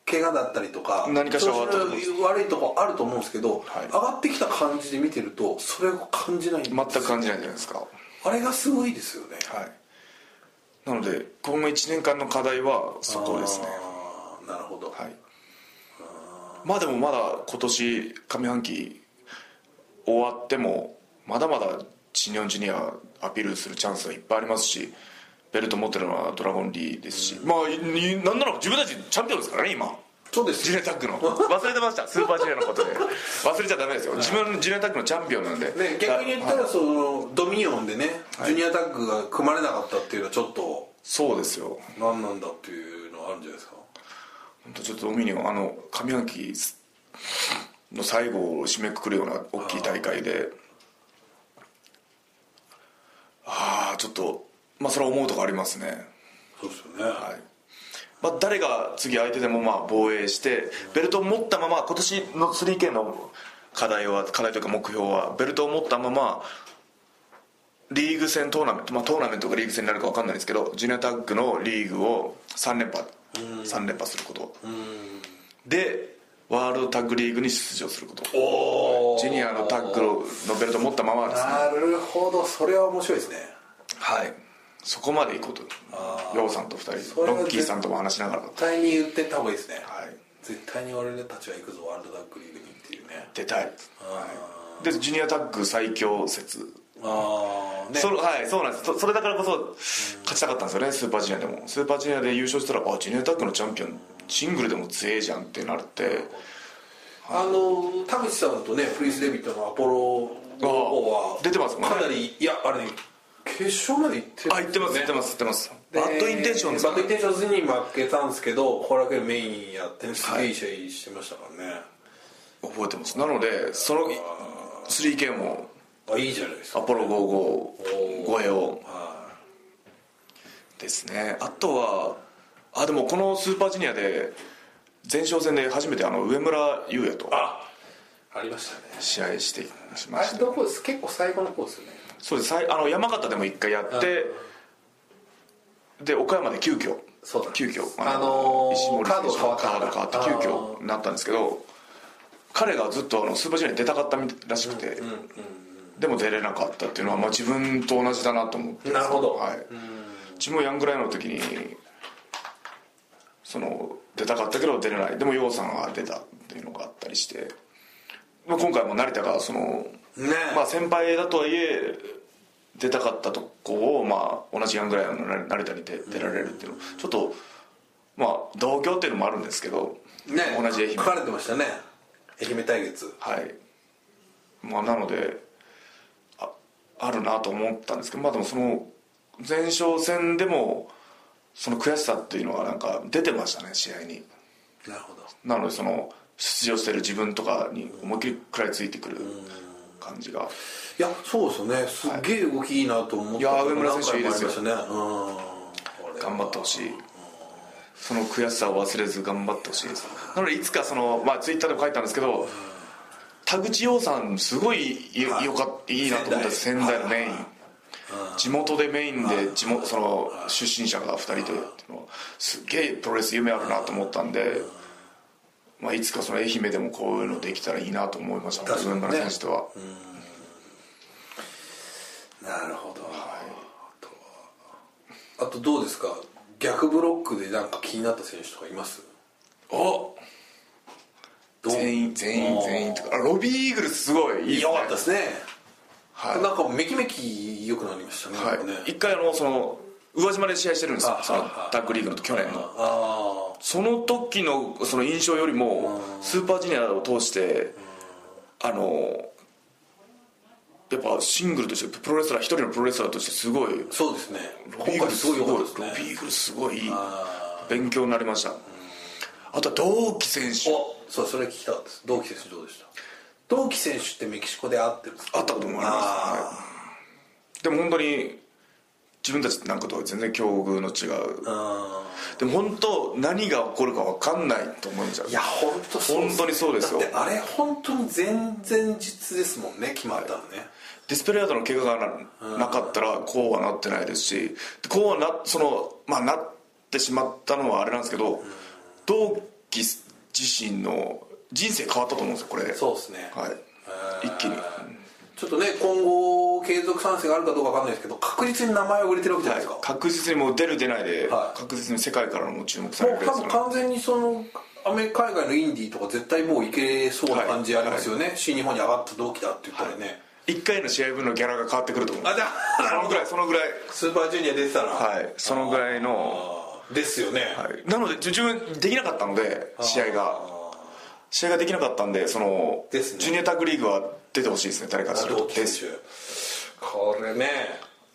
怪我だったりとか何かしらはあったと思います調子の悪いとこあると思うんですけど、はい上がってきた感じで見てるとそれを感じないんです全く感じないじゃないですかはあれがすごいですよねいなので今後1年間の課題はそこですねあーなるほど、はいまあでもまだ今年上半期終わってもまだまだ新日本ジュニアアピールするチャンスはいっぱいありますしベルト持ってるのはドラゴンリーですし、まあいいなんなら自分たちチャンピオンですからね今そうですジュニアタッグの 忘れてましたスーパージュニアのことで忘れちゃダメですよ自分ジュニアタッグのチャンピオンなんで、ね、逆に言ったらそのドミニオンでね、ジュニアタッグが組まれなかったっていうのはちょっとそうですよ何なんだっていうのはあるんじゃないですか本当ちょっとドミニオンあの上半期の最後を締めくくるような大きい大会でああちょっとまあそれは思うとこありますねそうですよね、ははいまあ、誰が次相手でもまあ防衛してベルトを持ったまま今年の 3K の課題は課題というか目標はベルトを持ったままリーグ戦トーナメント、まあ、トーナメントがリーグ戦になるか分かんないですけどジュニアタッグのリーグを3連覇3連覇することでワールドタッグリーグに出場することおージュニアのタッグのベルトを持ったままですねなるほどそれは面白いですねはいそこまで行こうとヨウさんと2人それロはッキーさんとも話しながら絶対に言ってった方がいいですね、はい絶対に俺たちは行くぞワールドタッグリーグにっていうね出たいでジュニアタッグ最強説、ああねそれはいそうなんですそそれだからこそ勝ちたかったんですよねスーパージュニアでもスーパージュニアで優勝したらあジュニアタッグのチャンピオンシングルでも強えじゃんってなってあの田口さんとねプリンス・デビットのアポロの方はあー出てますもんねかなりいやあれね決勝まで行ってるんですよねあ言ってます言ってます言ってますでバッドインテンションズバッドインテンションズに負けたんですけど後楽園メインやってすげえいい試合してましたからね、覚えてますなのでその 3K もあいいじゃないですアかポロ55超えをはですねあとはあでもこのスーパージュニアで前哨戦で初めてあの上村優也といありましたね試合してしまあしれたどこです結構最後の方ですよねそうですさいあの山形でも一回やって、で岡山で急遽そうだ急遽あのー選手のカード変わったカード変わって急遽なったんですけど彼がずっとあのスーパージュニアに出たかったみたいらしくて、でも出れなかったっていうのは、まあ、自分と同じだなと思ってなるほどはい、自分もヤングライオンの時にその出たかったけど出れないでも陽さんが出たっていうのがあったりして、まあ、今回も成田がそのねえまあ、先輩だとはいえ出たかったとこを、まあ、同じヤングライオンの成田に出出られるっていうのちょっとまあ同郷っていうのもあるんですけど、ね同じ愛媛書かれてましたね愛媛対決はいまあなのでああるなと思ったんですけどまあでもその前哨戦でもその悔しさっていうのがなんか出てましたね試合になるほどなのでその出場してる自分とかに思いっきり食らいついてくる感じがいやそうですよねすっげえ動きいいなと思って、いやー上村選手いいですよ何回もありましたねうん頑張ってほしいその悔しさを忘れず頑張ってほしいですなのでいつかその、まあ、ツイッターでも書いたんですけど田口洋さんすごいよはいよかっいいなと思ったんです仙仙台台のメイン地元でメインで地元その出身者が2人でっていうのはすげえプロレス夢あるなと思ったんで、まあ、いつかその愛媛でもこういうのできたらいいなと思いました確自かにね分から選手とは、なるほど、あとはあとどうですか逆ブロックでなんか気になった選手とかいますおどう全員全員全員とかあロビー・イーグルスすごいいいですねよかったですね、はいなんかめきめき良くなりましたね,、はいなんかね、一回あのその宇和島で試合してるんですよあそのはいはいタッグリーグの去年のあその時のその印象よりもスーパージュニアを通してあのやっぱシングルとしてプロレスラー一人のプロレスラーとしてすごいあそうですねロ今ビーグ回ルすすごごいい良ロかったですビねーグルすごいあ勉強になりましたあとは同期選手おそうそれ聞きたかったです同期選手どうでした同期選手ってメキシコで会ってるんですかあったこともあります、はい、でも本当に自分たちなんかとは全然境遇の違うあでも本当何が起こるか分かんないと思うんですよーいや本当そう本当にそうですよだってあれ本当に全然実ですもんね決まったのねディスペレアードの怪我がななかったらこうはなってないですしこうはなその、まあ、なってしまったのはあれなんですけど同期自身の人生変わったと思うんですよこれそうですねはいえー一気にちょっとね今後継続賛成があるかどうかわかんないですけど確実に名前を売れてるわけじゃないですか、はい確実にもう出る出ないで、はい確実に世界からも注目されもるうや多つ分な完全にそのアメ海外のインディーとか絶対もういけそうな感じありますよね、新日本に上がった同期だって言ったらね、 1回の試合分のギャラが変わってくると思うあじゃあ そのぐらいそのぐらいスーパージュニア出てたら、はいそのぐらいのあーですよね、はいなので自分できなかったので試合が試合ができなかったんでそのですねジュニアタッグリーグは出てほしいですね誰かする同と期選です手これね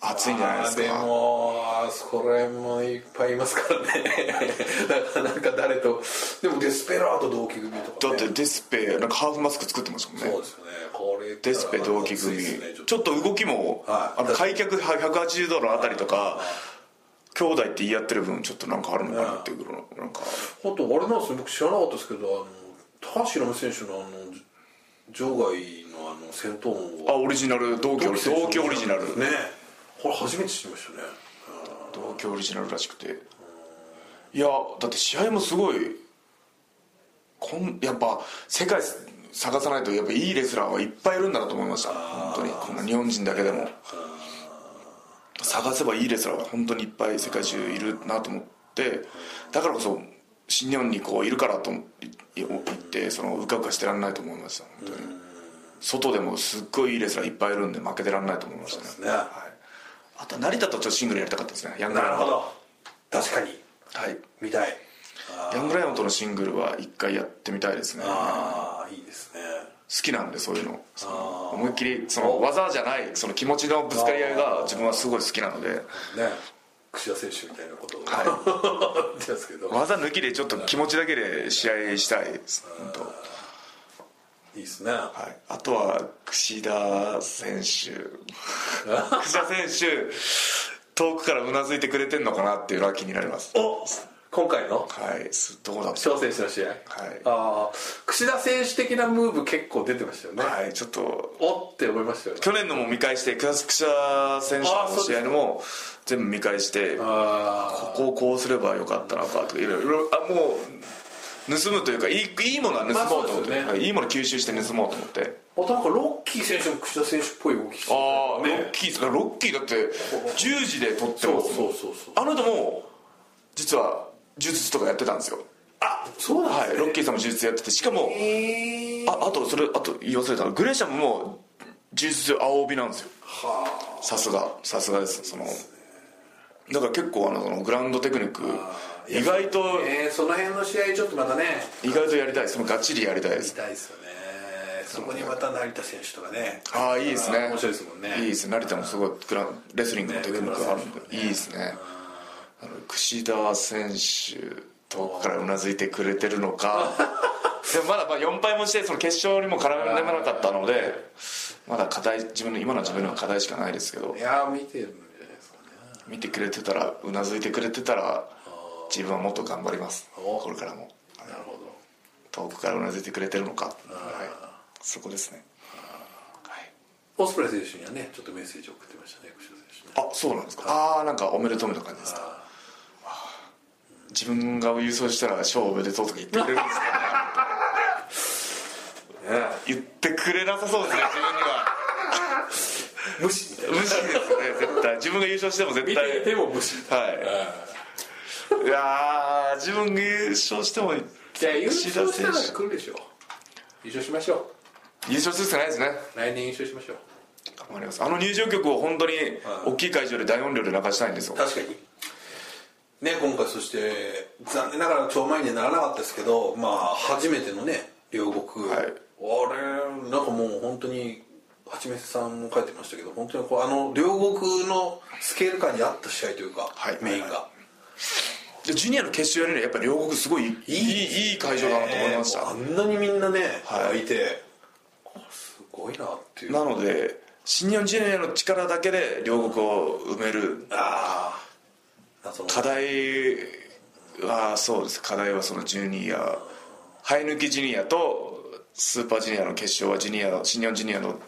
熱いんじゃないですかあーでもあーこれもいっぱいいますからね なかなか誰とでもデスペラード同期組とだか、っね、てデスペなんかハーフマスク作ってましたもんそうねですよねこれデスペ同期組、熱いっすねちょちっとょっと動きも、はあいの開脚180度のあたりとか、兄弟って言い合ってる分ちょっとなんかあるのかなっていうぐらいのなんかあとあれなんですね僕知らなかったですけどあの高橋宏美選手のあの場外のあの戦闘音あはオリジナル同居同居オリジナルねこれ初めて知りましたね同居オリジナルらしくていやだって試合もすごいこんやっぱ世界探さないとやっぱいいレスラーはいっぱいいるんだなと思いました本当にこんな日本人だけでも探せばいいレスラーが本当にいっぱい世界中いるなと思ってだからこそ新日本にこういるからと思いい言ってそのうかうかしてらんないと思いました本当に外でもすっごいいいレスラーいっぱいいるんで負けてらんないと思いましたねねはい、あとは成田とちょっとシングルやりたかったですねヤングなライるオンほど確かにはい見たいヤングライオンとのシングルは一回やってみたいですね好ああいいですねきなんでそういうのそのあー思いっきりその技じゃないその気持ちのぶつかり合いが自分はすごい好きなのでね櫛田選手みたいなことを、 い、ですけど技抜きでちょっと気持ちだけで試合したいです本当いいですねはい、あとは櫛田選手 櫛田選手遠くからうなずいてくれてんのかなっていうのは気になりますお今回はのいすどうだった翔選手の試合、はいああ櫛田選手的なムーブ結構出てましたよね、はいちょっとおって思いましたよね去年のも見返してクラスクシャ選手あのそうです試合のも全部見返してこあこをこうすればよかったのかとかいろいろあもう盗むというかいいいいものはまあ盗もうと思そうっでて、すよねはいいいもの吸収して盗もうと思ってあなんかロッキー選手も櫛田選手っぽい動きしてたああ、ねロッキーですかロッキーだって10時で取ってそうますそうそうそうあの人も実は柔術とかやってたんですよあそうなんはいロッキーーさんも柔術やっててしかもえー、ああとそれあと言い忘れたのグレイシャムも柔術青帯なんですよはさすがさすがですそのだから結構あのそのグラウンドテクニックーいや意外とあえー、その辺の試合ちょっとまたね意外とやりたいそのガッチリやりたいです見たいですよねそこにまた成田選手とかねああいいですねあー面白いですもんねいいですね成田もすごいグラウンレスリングのテクニックがあるんで、ねいいですねあの櫛田選手遠くからうなずいてくれてるの かでもまだまあ4敗もしてその決勝にも絡められなかったのでまだ課題自分の今の自分の課題しかないですけどいやー見てるんじゃないですかね見てくれてたらうなずいてくれてたら自分はもっと頑張りますこれからもなるほど遠くからうなずいてくれてるのか、はい、そこですね、はい、オスプレイ選手にはねちょっとメッセージ送ってましたね櫛田選手ねあそうなんですかああなんかおめでとうみたいな感じですかあー自分が優勝したら「賞おめでとう」とか言ってくれるんです かね言ってくれなさそうですね自分には無視みたいな無視ですね絶対自分が優勝しても絶見対ていても無視はいいやー自分が優勝してもじゃあ優吉田勝した選ら手来るでしょ優勝しましょ優勝するしかないですねう来年優勝しましょう頑張りますあの入場曲を本当に大きい会場で大音量で流したいんですよ確かにね今回そして残念ながら超前にはならなかったですけどまあ初めてのね両国、はいあれなんかもう本当に八めさんも書いてましたけど本当にこうあの両国のスケール感に合った試合というか、はいメインが、でジュニアの決勝やるにはやっぱり両国すごいいいいいいい会場だなと思いました、ねあんなにみんなね、はいい、いてすごいなっていうなので新日本ジュニアの力だけで両国を埋めるああ謎の課題はそうです課題はそのジュニア生え抜きジュニアとスーパージュニアの決勝はジュニアの新日本ジュニアの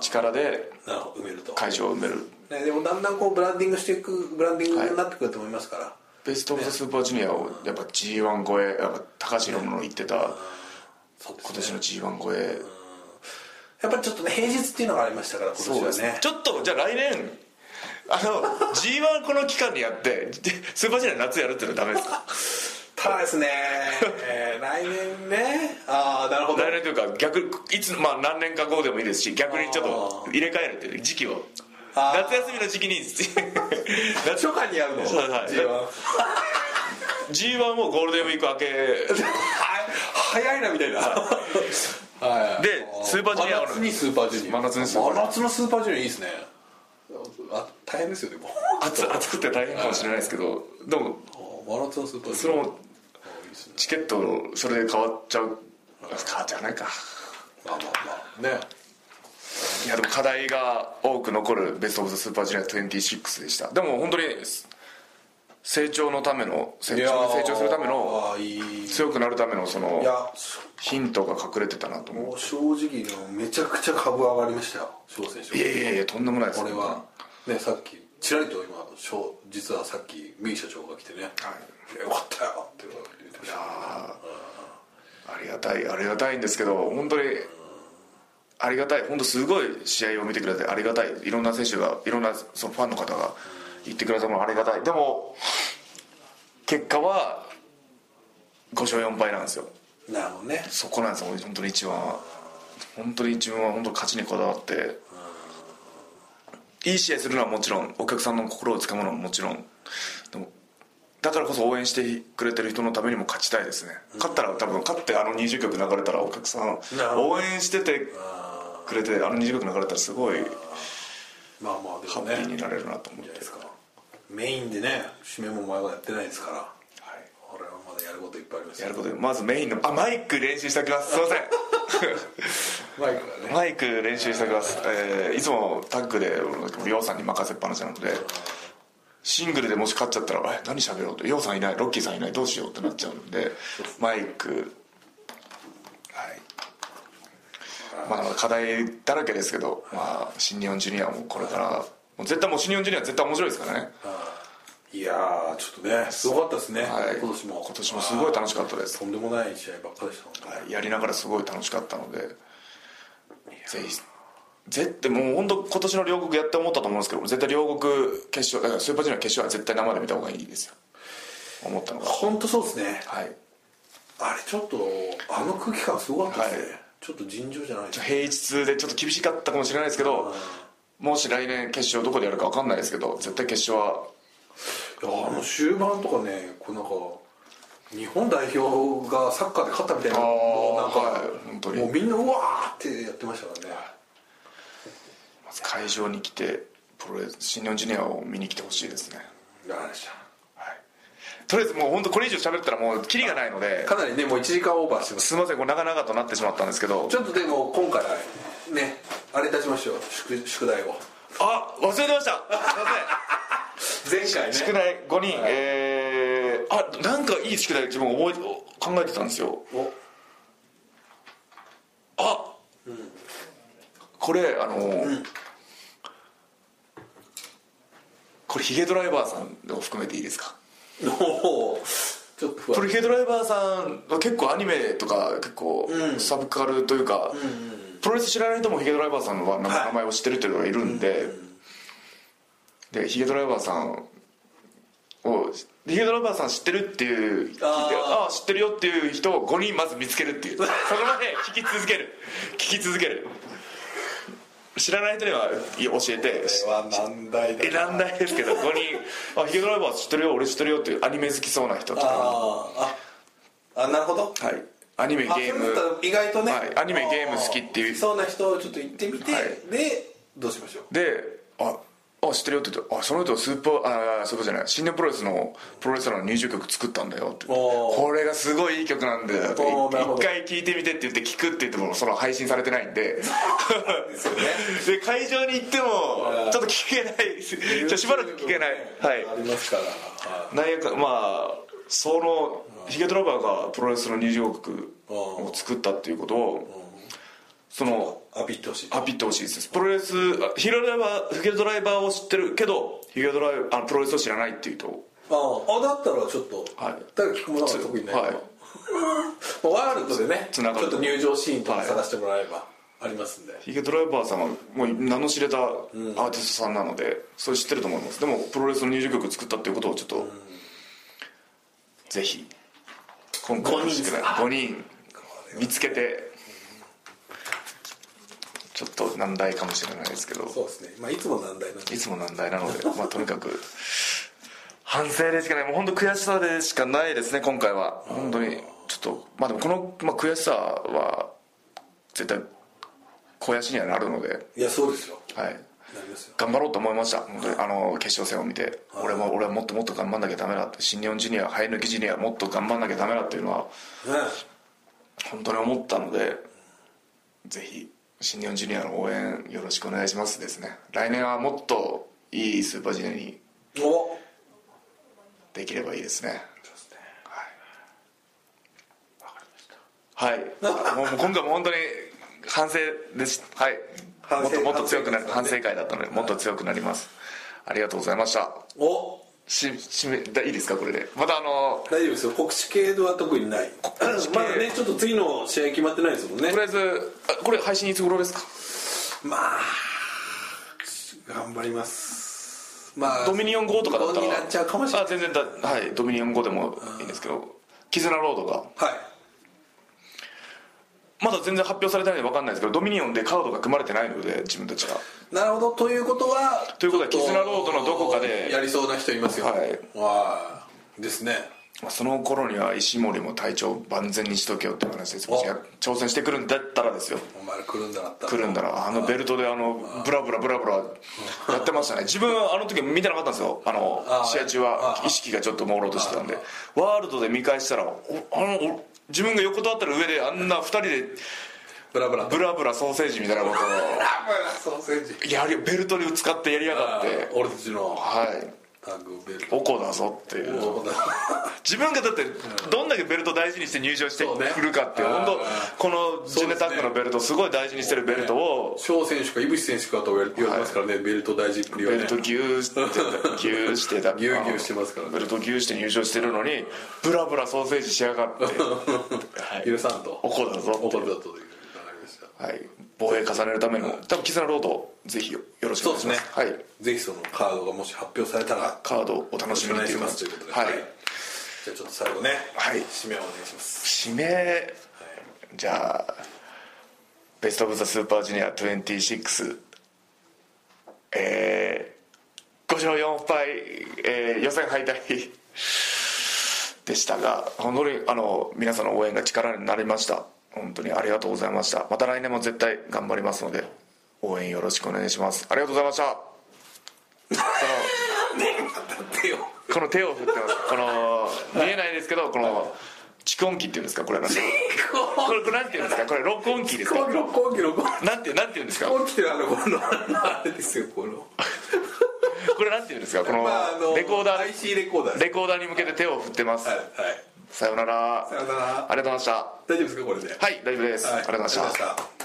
力でなるほど埋めると、会場を埋めるね、でもだんだんこうブランディングしていくブランディングになってくると思いますから、ベスト・オブ・ザ・スーパージュニアをやっぱ G1 超えやっぱ高橋宏夢の言ってたそうで今す年ねの G1 超えやっぱりちょっとね平日っていうのがありましたから今年はねちょっとじゃあ来年あの G1 この期間にやってでスーパージュニア夏やるっていうのはダメですかただですね、 えー来年ねああなるほど来年というか逆いつまあ何年か後でもいいですし逆にちょっと入れ替えるっていう時期をあー夏休みの時期に夏初夏にやるのそうはい G1 は G1 をゴールデンウィーク明け早いな みたいなはいでスーパージュニア真夏にスーパージュニア真夏にスーパージュニア真夏のスーパージュニアいいですねあ大変ですよねもう暑暑くて大変かもしれないですけどでも真夏のスーパージそュニのアあいいですねチケットをそれで変わっちゃう変わっちゃわないかまあまあまあねいやでも課題が多く残るベスト・オブ・ザ・スーパージュニア26でしたでも本当に成長のための成長成長するためのあーいい強くなるためのそのいやそヒントが隠れてたなと思もう正直ねめちゃくちゃ株上がりましたよ翔選ういや手いやいやとんでもないですこれはねさっきちらりと今翔実はさっきミー社長が来てね、よかったよって言ってましたありがたいありがたいんですけど本当にありがたい本当すごい試合を見てくれてありがたいいろんな選手がいろんなそのファンの方が言ってくれたのはありがたいでも結果は5勝4敗なんですよなるほどねそこなんですよ本当に一番は本当に自分は本当勝ちにこだわっていい試合するのはもちろんお客さんの心をつかむのはもちろんでもだからこそ応援してくれてる人のためにも勝ちたいですね勝ったら多分勝ってあの20曲流れたらお客さんなるほど応援しててくれてあの20曲流れたらすごいまあまあでハもッピーねになれるなと思ってですからメインでね締めも前はやってないですからはい俺はまだやることいっぱいありますやることでまずメインのあマイク練習しておきますすいませんマイクがねマイク練習しておきます、えーいつもタッグで俺ヨウさんに任せっぱなしなのでシングルでもし勝っちゃったらえ「何喋ろう」って「ヨウさんいないロッキーさんいないどうしよう」ってなっちゃうんでマイクはいまあ課題だらけですけど、まあ、新日本ジュニアもこれからもう絶対もう新日本ジュニア絶対面白いですからねいやーちょっとねすごかったですね、はい今年も今年もすごい楽しかったですとんでもない試合ばっかりでしたもんねはいやりながらすごい楽しかったのでぜひ絶対もう本当今年の両国やって思ったと思うんですけど絶対両国決勝だからスーパージュニア決勝は絶対生で見た方がいいですよ思ったのが本当そうですねはいあれちょっとあの空気感すごかったですね、はいちょっと尋常じゃないですね平日でちょっと厳しかったかもしれないですけどもし来年決勝どこでやるか分かんないですけど絶対決勝はいやあの終盤とかねこうなんか日本代表がサッカーで勝ったみたいなあーなんか、はい本当にもうみんなうわーってやってましたからねまず会場に来てプロレス新日本ジュニアを見に来てほしいですねいやあれでしはいとりあえずもう本当これ以上喋ったらもうキリがないのでたかなりねもう1時間オーバーしてますすいませんこう長々となってしまったんですけどちょっとでも今回はねあれ出しましょう宿宿題をあ忘れてましたすいま前回せんね宿題5人、えー、あなんかいい宿題自分覚え考えてたんですよおあ、これあのーこれヒゲドライバーさんを含めていいですかおーちょっと不こ安れヒゲドライバーさんは結構アニメとか結構サブカルというか、プロレス知らない人もヒゲドライバーさんは名前はい名前を知ってるというのがいるんで、でヒゲドライバーさんをでヒゲドライバーさん知ってるっていう聞いてあーああ知ってるよっていう人を5人まず見つけるっていう そこまで聞き続ける聞き続ける知らない人にはい教えてこれは難題だ選んだいですけど5人あヒゲドライバー知ってるよ俺知ってるよっていうアニメ好きそうな人とかあーああなるほどはい、アニメゲーあそうムだったら意外とね、はいアニメゲーム好きっていうあそうな人をちょっと行ってみて、はいでどうしましょうで「ああ知ってるよ」って言ってあ「その人スーパーあそういうことじゃない新日本プロレスのプロレスラーの入場曲作ったんだよ」って「おーこれがすごいいい曲なんだよ」っておーなるほど一回聴いてみて」って言って聴くって言ってもその配信されてないん でですよねで会場に行ってもーちょっと聴けないですちょしばらく聴けないはいありますからはなんやかまあそのヒゲドラバーがプロレスの入場曲を作ったっていうことをその浴びてほしいアピってほしいですプロレスあヒゲドライバーヒゲドライバーを知ってるけどヒゲドライあのプロレスを知らないっていうとあああだったらちょっと、はいだから聞くものが得意になるはいまあワールドでねちつょなっがると入場シーンとか探してもらえばありますんで、ヒゲドライバーさんはもう名の知れたアーティストさんなので、それ知ってると思いますでもプロレスの入場曲作ったっていうことをちょっと、ぜひ今回五人ですか5人見つけてちょっと難題かもしれないですけどそうですねまあいつも難題なんでいつも難題なので、まあ、とにかく反省でしかないもう本当悔しさでしかないですね今回は本当にちょっとまあでもこの、まあ、悔しさは絶対肥やしにはなるので、いやそうですよはい、なりますよ頑張ろうと思いました本当にあの決勝戦を見て俺も俺はもっともっと頑張んなきゃダメだって新日本ジュニア生え抜きジュニアもっと頑張んなきゃダメだっていうのはね本当に思ったのでぜひ新日本ジュニアの応援よろしくお願いしますですね来年はもっといいスーパージュニアにおできればいいですねはいもうもう今回も本当に反省ですはい反もっ省ともっと強くなる反反省省会だったのでもっと強くなりますありがとうございましたおししめだいいですかこれでまたあの大丈夫ですよ告知系は特にない知系まだねちょっと次の試合決まってないですもんねとりあえずあこれ配信いつ頃ですかまあ頑張りますまあドミニオン5とかだったら5になっちゃうかもしれないあ全然だはいドミニオン5でもいいんですけど絆ロードがはいまだ全然発表されてないんで分かんないですけどドミニオンでカードが組まれてないので自分たちがなるほどということはということはちょっ絆ロードのどこかでやりそうな人いますよはいわあですねまあその頃には石森も体調万全にしとけよって話ですおいや挑戦してくるんだったらですよお前ら来るんだなった来るんだらあのベルトであのブラブラブラブラやってましたね自分はあの時見てなかったんですよあのあ試合中は意識がちょっと朦朧としてたんでワールドで見返したらおあのお自分が横たわってる上であんな2人でブラブラブブラブラソーセージみたいなこと をラブラソーセージやりベルトに使ってやりやがって俺たちのはいタッグベルおこだぞっていうそうだ自分がだってどんだけベルト大事にして入場してそうねくるかっていうあー本当このジュネタックのベルトすごい大事にしてるベルトを翔選手か井口選手かと言われてますからね、ベルト大事っぷりはベねルトギューしてギューしてた ぎゅうぎゅうしてますからねベルトギューして入場してるのにブラブラソーセージしやがって許さんとおこだぞおこだというわかりましたはい防衛重ねるためにも多分キズナロードぜひよろしくおそう願でいすしますはいねぜひそのカードがもし発表されたらカードをお楽しみにお願っいていしうますということで、はいじゃあちょっと最後ねはい締めをお願いします指名じゃあベスト・オブ・ザ・スーパージュニア26えー、5勝4敗、えー予選敗退でしたが本当にあの皆さんの応援が力になりました本当にありがとうございましたまた来年も絶対頑張りますので応援よろしくお願いしますありがとうございました手を この手を振ってますこの見えないですけどこの蓄音機っていうんですかこれなんてこれこれなんていうんですかこれ録音機ですか六本木六本木なんてなんていうん ですか六本木ってあのこのあれですよこのこれなんていうんですかこのまああのレコーダー IC レコーダーですレコーダーに向けて手を振ってますはいはいさようならさよならありがとうございました大丈夫ですかこれではいはい大丈夫ですありがとうございましたた